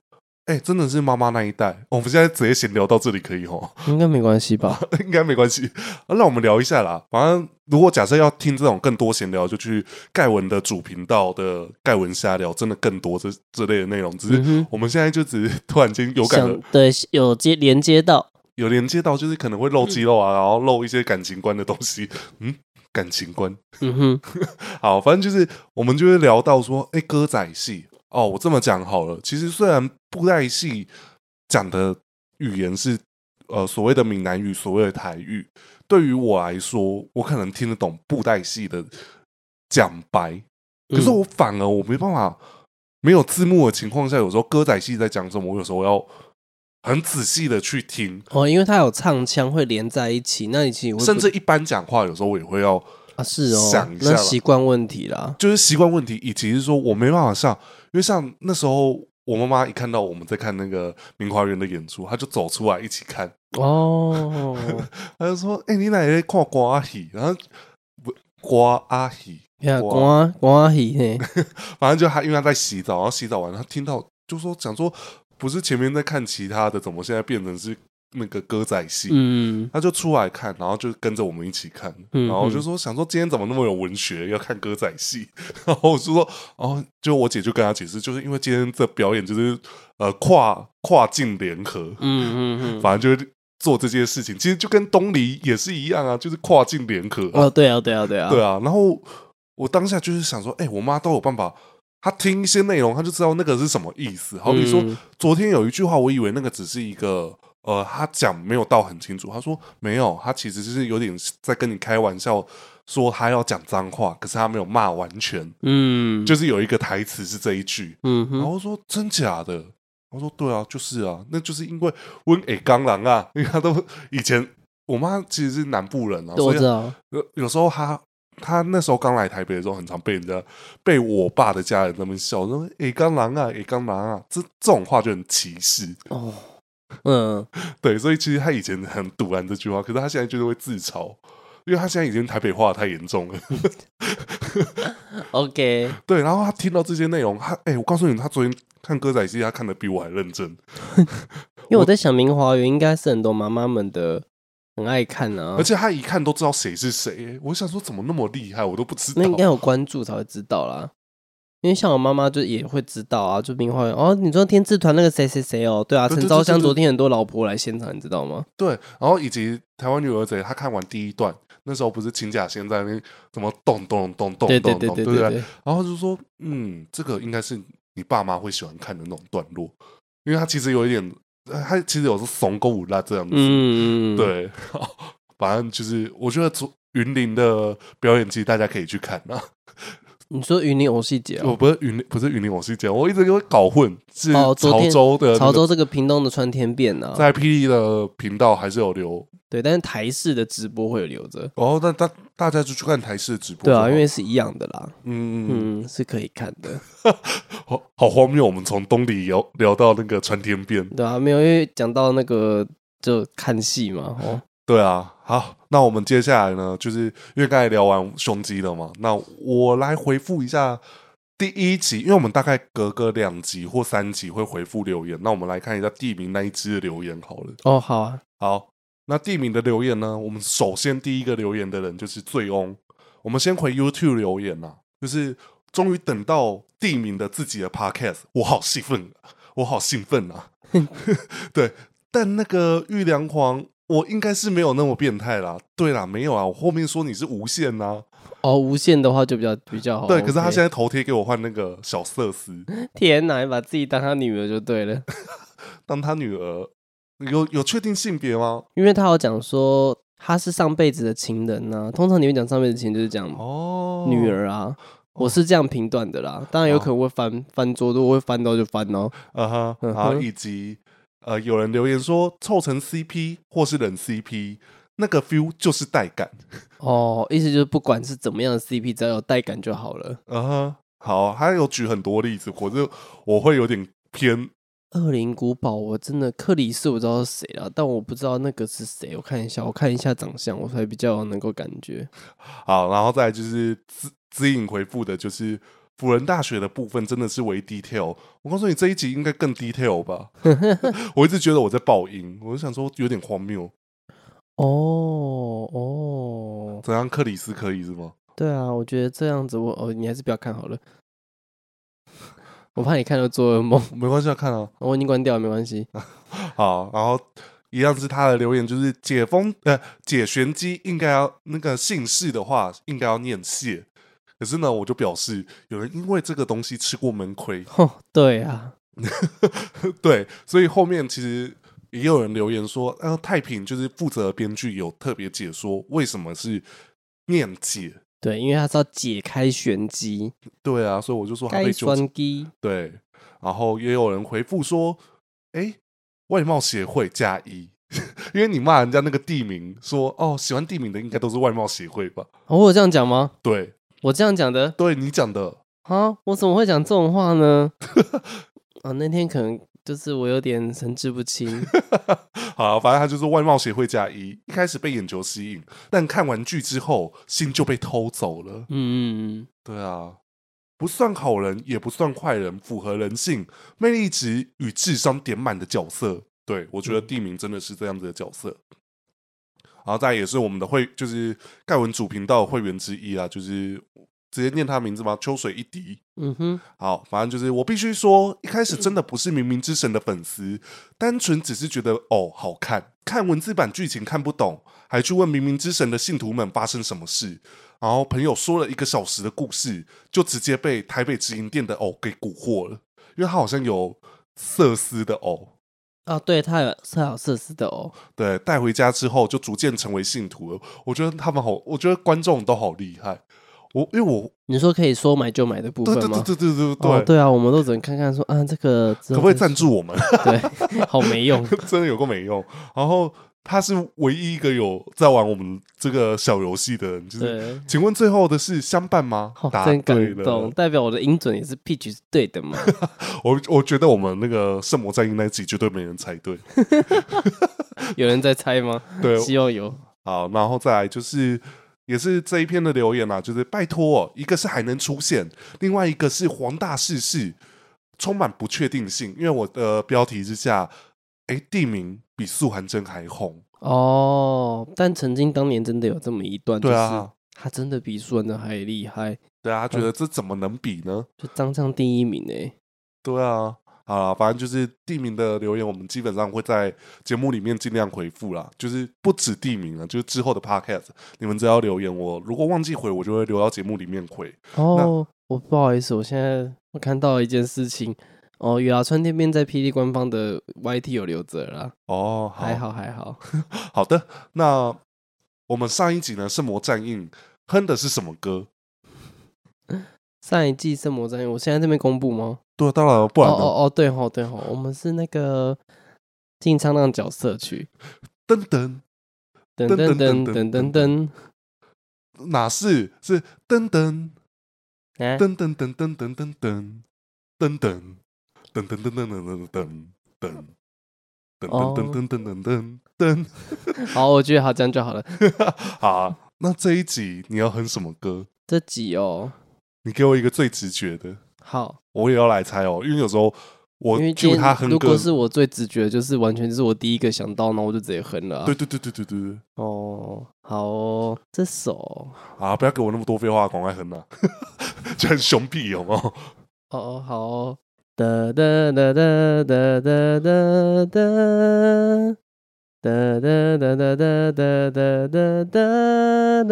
Speaker 1: 哎、真的是妈妈那一代，我们现在直接闲聊到这里可以吼，
Speaker 2: 应该没关系吧？
Speaker 1: 应该没关系。那我们聊一下啦，反正如果假设要听这种更多闲聊，就去盖文的主频道的盖文瞎聊，真的更多这这类的内容。只
Speaker 2: 嗯
Speaker 1: 是
Speaker 2: 哼，
Speaker 1: 我们现在就只是突然间有感
Speaker 2: 想
Speaker 1: 的
Speaker 2: 对有接连接到，
Speaker 1: 有连接到，就是可能会露肌肉啊，然后露一些感情观的东西。嗯，感情观。
Speaker 2: 嗯哼。
Speaker 1: 好，反正就是我们就会聊到说，哎、歌仔戏哦，我这么讲好了，其实虽然布袋戏讲的语言是呃所谓的闽南语、所谓的台语，对于我来说，我可能听得懂布袋戏的讲白，可
Speaker 2: 嗯
Speaker 1: 是我反而我没办法，没有字幕的情况下，有时候歌仔戏在讲什么，我有时候要很仔细的去听，
Speaker 2: 哦，因为它有唱腔会连在一起，那你其实会不
Speaker 1: 甚至一般讲话，有时候我也会要
Speaker 2: 啊是哦，
Speaker 1: 想一下
Speaker 2: 那
Speaker 1: 吧
Speaker 2: 习惯问题啦。
Speaker 1: 就是习惯问题，以及是说我没办法上，因为像那时候我妈妈一看到我们在看那个明华园的演出，她就走出来一起看，
Speaker 2: 哦，
Speaker 1: 她就说：“哎、你奶奶看瓜阿喜？”然后不瓜阿喜，
Speaker 2: 你看
Speaker 1: 瓜
Speaker 2: 光光喜嘿，
Speaker 1: 反正就她因为她在洗澡，然后洗澡完她听到就说讲说不是前面在看其他的，怎么现在变成是那个歌仔戏？
Speaker 2: 嗯，
Speaker 1: 她就出来看，然后就跟着我们一起看，
Speaker 2: 嗯
Speaker 1: 然后我就说想说今天怎么那么有文学，要看歌仔戏， 然后我就说哦，就我姐就跟她解释，就是因为今天这表演就是呃跨跨境联合，
Speaker 2: 嗯嗯嗯，
Speaker 1: 反正就是做这件事情，其实就跟东篱也是一样啊，就是跨境联合啊、
Speaker 2: 哦，对啊，对啊，对啊，
Speaker 1: 对啊，然后我当下就是想说，哎、我妈都有办法。她听一些内容，她就知道那个是什么意思。好比说，
Speaker 2: 嗯
Speaker 1: 昨天有一句话，我以为那个只是一个呃，她讲没有到很清楚。她说没有，她其实是有点在跟你开玩笑，说她要讲脏话，可是她没有骂完全，
Speaker 2: 嗯，
Speaker 1: 就是哦有一个台词是这一句。
Speaker 2: 嗯
Speaker 1: 然
Speaker 2: 哼，
Speaker 1: 后说真假的，我说对啊，就是啊，那就是因为温诶刚狼啊，因为她都以前我妈其实是南部人啊，
Speaker 2: 对
Speaker 1: 所
Speaker 2: 我
Speaker 1: 以
Speaker 2: 知道，
Speaker 1: 有有时候他他那时候刚来台北的时候，很常被人家被我爸的家人那边笑，说“诶，刚狼啊，诶，刚狼啊”，这这种话就很歧视。
Speaker 2: 哦，嗯，
Speaker 1: 对，所以其实他以前很堵拦这句话，可是他现在就是会自嘲。因为他现在已经台北话太严重了，
Speaker 2: OK，
Speaker 1: 对，然后他听到这些内容，他哎、我告诉你，他昨天看歌仔戏，他看的比我还认真，
Speaker 2: 因为我在想，明华园应该是很多妈妈们的很爱看啊，
Speaker 1: 而且他一看都知道谁是谁、哎我想说，怎么那么厉害，我都不知道
Speaker 2: 那。应该有关注才会知道啦。因为像我妈妈就也会知道啊，就明华园哦，你说天字团那个谁谁谁哦，对啊，
Speaker 1: 对
Speaker 2: 陈
Speaker 1: 对
Speaker 2: 昭
Speaker 1: 对
Speaker 2: 香
Speaker 1: 对
Speaker 2: 昨天很多老婆来现场，你知道吗？
Speaker 1: 对，然后以及台湾女儿贼，她看完第一段，那时候不是秦假仙在那边怎么咚咚咚咚
Speaker 2: 对
Speaker 1: 咚
Speaker 2: 对
Speaker 1: 咚，
Speaker 2: 对对
Speaker 1: 不
Speaker 2: 对
Speaker 1: 对？
Speaker 2: 对，
Speaker 1: 然后就说，嗯，这个应该是你爸妈会喜欢看的那种段落，因为他其实有一点，呃他其实有是怂勾五辣这样子，
Speaker 2: 嗯，嗯，嗯
Speaker 1: 对， 反正就是我觉得昨云林的表演季大家可以去看啊，
Speaker 2: 你说云林偶戏节
Speaker 1: 我
Speaker 2: 哦，
Speaker 1: 不是云林，不是云林，我是讲，我一直给我搞混，是
Speaker 2: 哦昨
Speaker 1: 潮
Speaker 2: 天
Speaker 1: 州啊的、那个
Speaker 2: 潮州这个屏东的穿天变啊，
Speaker 1: 在霹雳的频道还是有留，
Speaker 2: 对，但是台式的直播会有留着，
Speaker 1: 哦，那大大家就去看台式直播
Speaker 2: 对
Speaker 1: 就好
Speaker 2: 啊，
Speaker 1: 了，
Speaker 2: 因为是一样的啦，
Speaker 1: 嗯嗯嗯。
Speaker 2: 嗯，是可以看的，
Speaker 1: 好好荒谬！我们从东里聊聊到那个穿天变，
Speaker 2: 对啊，没有，因为讲到那个就看戏嘛，哦，
Speaker 1: 对啊。好，那我们接下来呢，就是因为刚才聊完胸肌了嘛，那我来回复一下第一集，因为我们大概隔个两集或三集会回复留言，那我们来看一下地名那一支的留言好了。
Speaker 2: 哦，好啊，
Speaker 1: 好，那地名的留言呢，我们首先第一个留言的人就是醉翁，我们先回 YouTube 留言啦、就是终于等到地名的自己的 Podcast，我好兴奋，啊我好兴奋 啊！对，但那个玉良皇，我应该是没有那么变态啦。对啦，没有啊，我后面说你是无限呐、
Speaker 2: 哦，无线的话就比较比较好，
Speaker 1: 对，可是他
Speaker 2: OK
Speaker 1: 现在头贴给我换那个小色丝，
Speaker 2: 天哪，你把自己当他女儿就对了，
Speaker 1: 当他女儿。有有确定性别吗？
Speaker 2: 因为他有讲说他是上辈子的情人呐、通常你会讲上辈子情人就是讲
Speaker 1: 哦，
Speaker 2: 女儿啊，我是这样评断的啦，当然有可能会翻翻桌，如果会翻到就翻哦，
Speaker 1: 嗯哼，
Speaker 2: 嗯
Speaker 1: 然
Speaker 2: 哼
Speaker 1: 后以及呃，有人留言说凑成 CP 或是冷 CP，那个 feel 就是带感。
Speaker 2: 哦，意思就是不管是怎么样的 CP，只要有带感就好了。
Speaker 1: 嗯哼，好，他有举很多例子，我就我会有点偏，
Speaker 2: 恶灵古堡，我真的克里斯我知道是谁了，但我不知道那个是谁。我看一下，我看一下长相，我才比较能够感觉。
Speaker 1: 好，然后再来就是指指引回复的，就是辅仁大学的部分真的是为 detail。我告诉你，这一集应该更 detail 吧？我一直觉得我在爆音，我就想说有点荒谬。
Speaker 2: 哦哦，
Speaker 1: 怎样，克里斯可以是吗？
Speaker 2: 对啊，我觉得这样子我，哦，你还是不要看好了，我怕你看到做噩梦。
Speaker 1: 没关系，啊，看啊。
Speaker 2: 我已经关掉了，没关系。
Speaker 1: 好，然后一样是他的留言，就是解封呃解玄机应该要那个姓氏的话，应该要念谢。可是呢，我就表示有人因为这个东西吃过闷亏，
Speaker 2: 哦，对啊，
Speaker 1: 对，所以后面其实。也有人留言说，呃，太平就是负责的编剧有特别解说为什么是念解，
Speaker 2: 对，因为他是要解开玄机，
Speaker 1: 对啊，所以我就说他
Speaker 2: 该
Speaker 1: 被纠
Speaker 2: 栓机，
Speaker 1: 对，然后也有人回复说：“哎，外貌协会加一， 因为你骂人家那个地名，说哦，喜欢地名的应该都是外貌协会吧
Speaker 2: 哦我有这样讲吗？”？
Speaker 1: 对，
Speaker 2: 我这样讲的
Speaker 1: 对你讲的，
Speaker 2: 啊？我怎么会讲这种话呢？啊，那天可能就是我有点神志不清，
Speaker 1: 好，反正他就是外貌协会加一。一开始被眼球吸引，但看完剧之后，心就被偷走了。
Speaker 2: 嗯嗯嗯，
Speaker 1: 对啊，不算好人，也不算坏人，符合人性、魅力值与智商点满的角色。对我觉得地名真的是这样子的角色。然后再来也是我们的会，就是盖文主频道的会员之一啊，就是直接念他名字吗？秋水一滴。
Speaker 2: 嗯哼，
Speaker 1: 好，反正就是我必须说，一开始真的
Speaker 2: 嗯
Speaker 1: 不是《冥冥之神》的粉丝，单纯只是觉得哦好看，看文字版剧情看不懂，还去问《冥冥之神》的信徒们发生什么事，然后朋友说了一个小时的故事，就直接被台北直营店的偶给蛊惑了，因为他好像有瑟斯的偶。
Speaker 2: 啊，对，他有他有设施的哦，
Speaker 1: 对，带回家之后就逐渐成为信徒了。我觉得他们好，我觉得观众都好厉害。我因为我
Speaker 2: 你说可以说买就买的部
Speaker 1: 对
Speaker 2: 分
Speaker 1: 对
Speaker 2: 吗
Speaker 1: 对？对对对
Speaker 2: 哦，对啊，我们都只能看看说啊，这个
Speaker 1: 可
Speaker 2: 可
Speaker 1: 不可以赞助我们？
Speaker 2: 对，好没用。
Speaker 1: 真的有够没用。然后他是唯一一个有在玩我们这个小游戏的人，就是
Speaker 2: 对，
Speaker 1: 请问最后的是相伴吗？
Speaker 2: 好、
Speaker 1: 答
Speaker 2: 真
Speaker 1: 对
Speaker 2: 感动，
Speaker 1: 了。
Speaker 2: 代表我的音准也是 pitch 是对的嘛？
Speaker 1: 我我觉得我们那个圣魔战役那一集绝对没人猜 对。
Speaker 2: 有人在猜吗？
Speaker 1: 对，
Speaker 2: 希望有。
Speaker 1: 好，然后再来就是。也是这一篇的留言啊，就是拜托、一个是还能出现，另外一个是黄大逝世，充满不确定性。因为我的标题之下，哎，地名比素还真还红，
Speaker 2: 哦，但曾经当年真的有这么一段，
Speaker 1: 对啊
Speaker 2: 就是他真的比苏文的还厉害，
Speaker 1: 对啊，他觉得
Speaker 2: 嗯
Speaker 1: 这怎么能比呢？
Speaker 2: 就张张第一名哎。
Speaker 1: 对啊，啊，反正就是地名的留言，我们基本上会在节目里面尽量回复啦。就是不止地名啊，就是之后的 podcast，你们只要留言我，如果忘记回，我就会留到节目里面回。
Speaker 2: 哦，我不好意思，我现在我看到一件事情，哦，有啊，川天边在霹雳官方的 YT 有留着啦，
Speaker 1: 哦，好
Speaker 2: 还好还好。
Speaker 1: 好的。那我们上一集呢，《圣魔战印》哼的是什么歌？
Speaker 2: 上一季圣魔战役，我现在这边公布吗？
Speaker 1: 对啊，当然了不
Speaker 2: 哦
Speaker 1: 然呢？
Speaker 2: 哦哦，对吼对吼，我们是那个进唱浪角色曲，
Speaker 1: 噔噔，
Speaker 2: 噔
Speaker 1: 噔噔
Speaker 2: 噔噔
Speaker 1: 噔
Speaker 2: 噔
Speaker 1: 噔
Speaker 2: 噔噔，
Speaker 1: 哪是是噔噔
Speaker 2: 哎，
Speaker 1: 噔噔噔噔噔噔噔噔噔噔噔噔噔噔噔噔噔噔
Speaker 2: 哦
Speaker 1: 噔噔噔噔噔。
Speaker 2: 好，我觉得好这样就好了。
Speaker 1: 好啊、那这一集你要哼什么歌？
Speaker 2: 这集哦，
Speaker 1: 你给我一个最直觉的，
Speaker 2: 好，
Speaker 1: 我也要来猜哦。因为有时候我
Speaker 2: 因为今
Speaker 1: 就他哼
Speaker 2: 天如
Speaker 1: 歌
Speaker 2: 果，是我最直觉的，就是完全就是我第一个想到，那我就直接哼了啊、
Speaker 1: 对对对对对对对，
Speaker 2: 哦，好哦，这首，
Speaker 1: 啊，不要给我那么多废话，赶快哼啊！ 就很凶屁有没 有？
Speaker 2: 哦哦好哦，哒哒哒哒哒哒哒哒。哒哒哒哒哒哒哒哒哒哒哒哒哒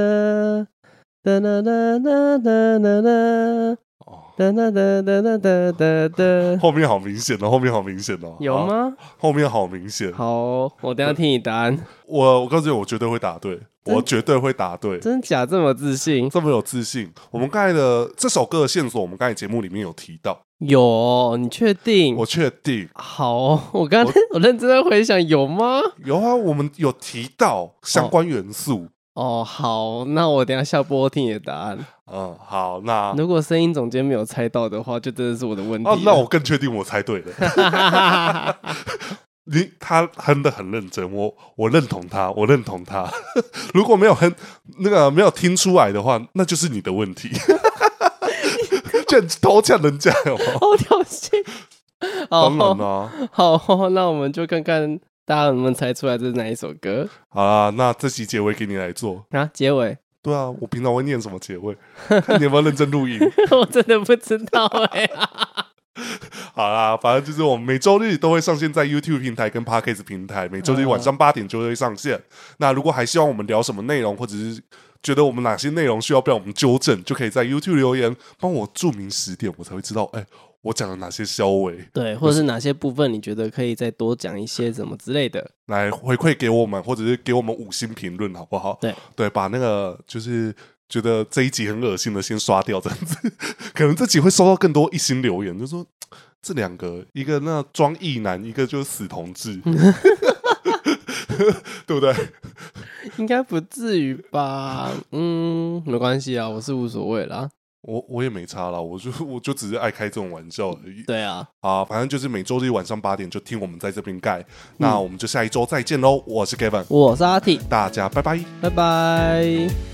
Speaker 2: 哒哒哒哒
Speaker 1: 哦，
Speaker 2: 哒哒哒哒哒哒哒哒，
Speaker 1: 后面好明显哦，后面好明显哦，
Speaker 2: 有
Speaker 1: 啊？
Speaker 2: 吗？
Speaker 1: 后面好明显，
Speaker 2: 好，哦我等一下听你答案。
Speaker 1: 我我告诉你，我绝对会答对，我绝对会答对。
Speaker 2: 真假这么自信？
Speaker 1: 这么有自信，我们刚才的这首歌的线索，我们刚才节目里面有提到，
Speaker 2: 有哦，你确定？
Speaker 1: 我确定
Speaker 2: 好哦，我刚才我认真的回想，有吗？
Speaker 1: 有啊，我们有提到相
Speaker 2: 哦
Speaker 1: 关元素，
Speaker 2: 哦，好，那我等一下下播听你的答案。
Speaker 1: 嗯，好，那
Speaker 2: 如果声音总监没有猜到的话，就真的是我的问题了。
Speaker 1: 哦， 那我更确定我猜对了。 你他哼的很认真，我我认同他，我认同他。 如果没有哼那个没有听出来的话，那就是你的问题。 就偷呛人家哦，
Speaker 2: 好挑衅。好
Speaker 1: 当然啦、
Speaker 2: 好哦，那我们就看看大家能不能猜出来这是哪一首歌
Speaker 1: 好啦，那这期结尾给你来做。
Speaker 2: 啊？结尾
Speaker 1: 对啊，我平常会念什么结尾？ 看你有没有认真录音。
Speaker 2: 我真的不知道哎、
Speaker 1: 好啦，反正就是我们每周日都会上线在 YouTube 平台跟 Podcast 平台，每周日晚上八点就会上线。那如果还希望我们聊什么内容，或者是觉得我们哪些内容需要被我们纠正，就可以在 YouTube 留言帮我注明十点，我才会知道。哎、我讲了哪些消委，
Speaker 2: 对，或者是哪些部分你觉得可以再多讲一些什么之类的？
Speaker 1: 来回馈给我们，或者是给我们五星评论，好不好？
Speaker 2: 对
Speaker 1: 对，把那个就是觉得这一集很恶心的先刷掉，这样子， 可能这集会收到更多一星留言，就说这两个，一个那装异男，一个就是死同 志， 对不对？
Speaker 2: 应该不至于吧？嗯，没关系啊，我是无所谓啦。
Speaker 1: 我我也没差啦，我就我就只是爱开这种玩笑而已。
Speaker 2: 对啊，
Speaker 1: 啊，反正就是每周日晚上八点就听我们在这边盖，
Speaker 2: 嗯
Speaker 1: 那我们就下一周再见喽。我是 Kevin，
Speaker 2: 我是阿 T，
Speaker 1: 大家拜拜。
Speaker 2: 拜拜。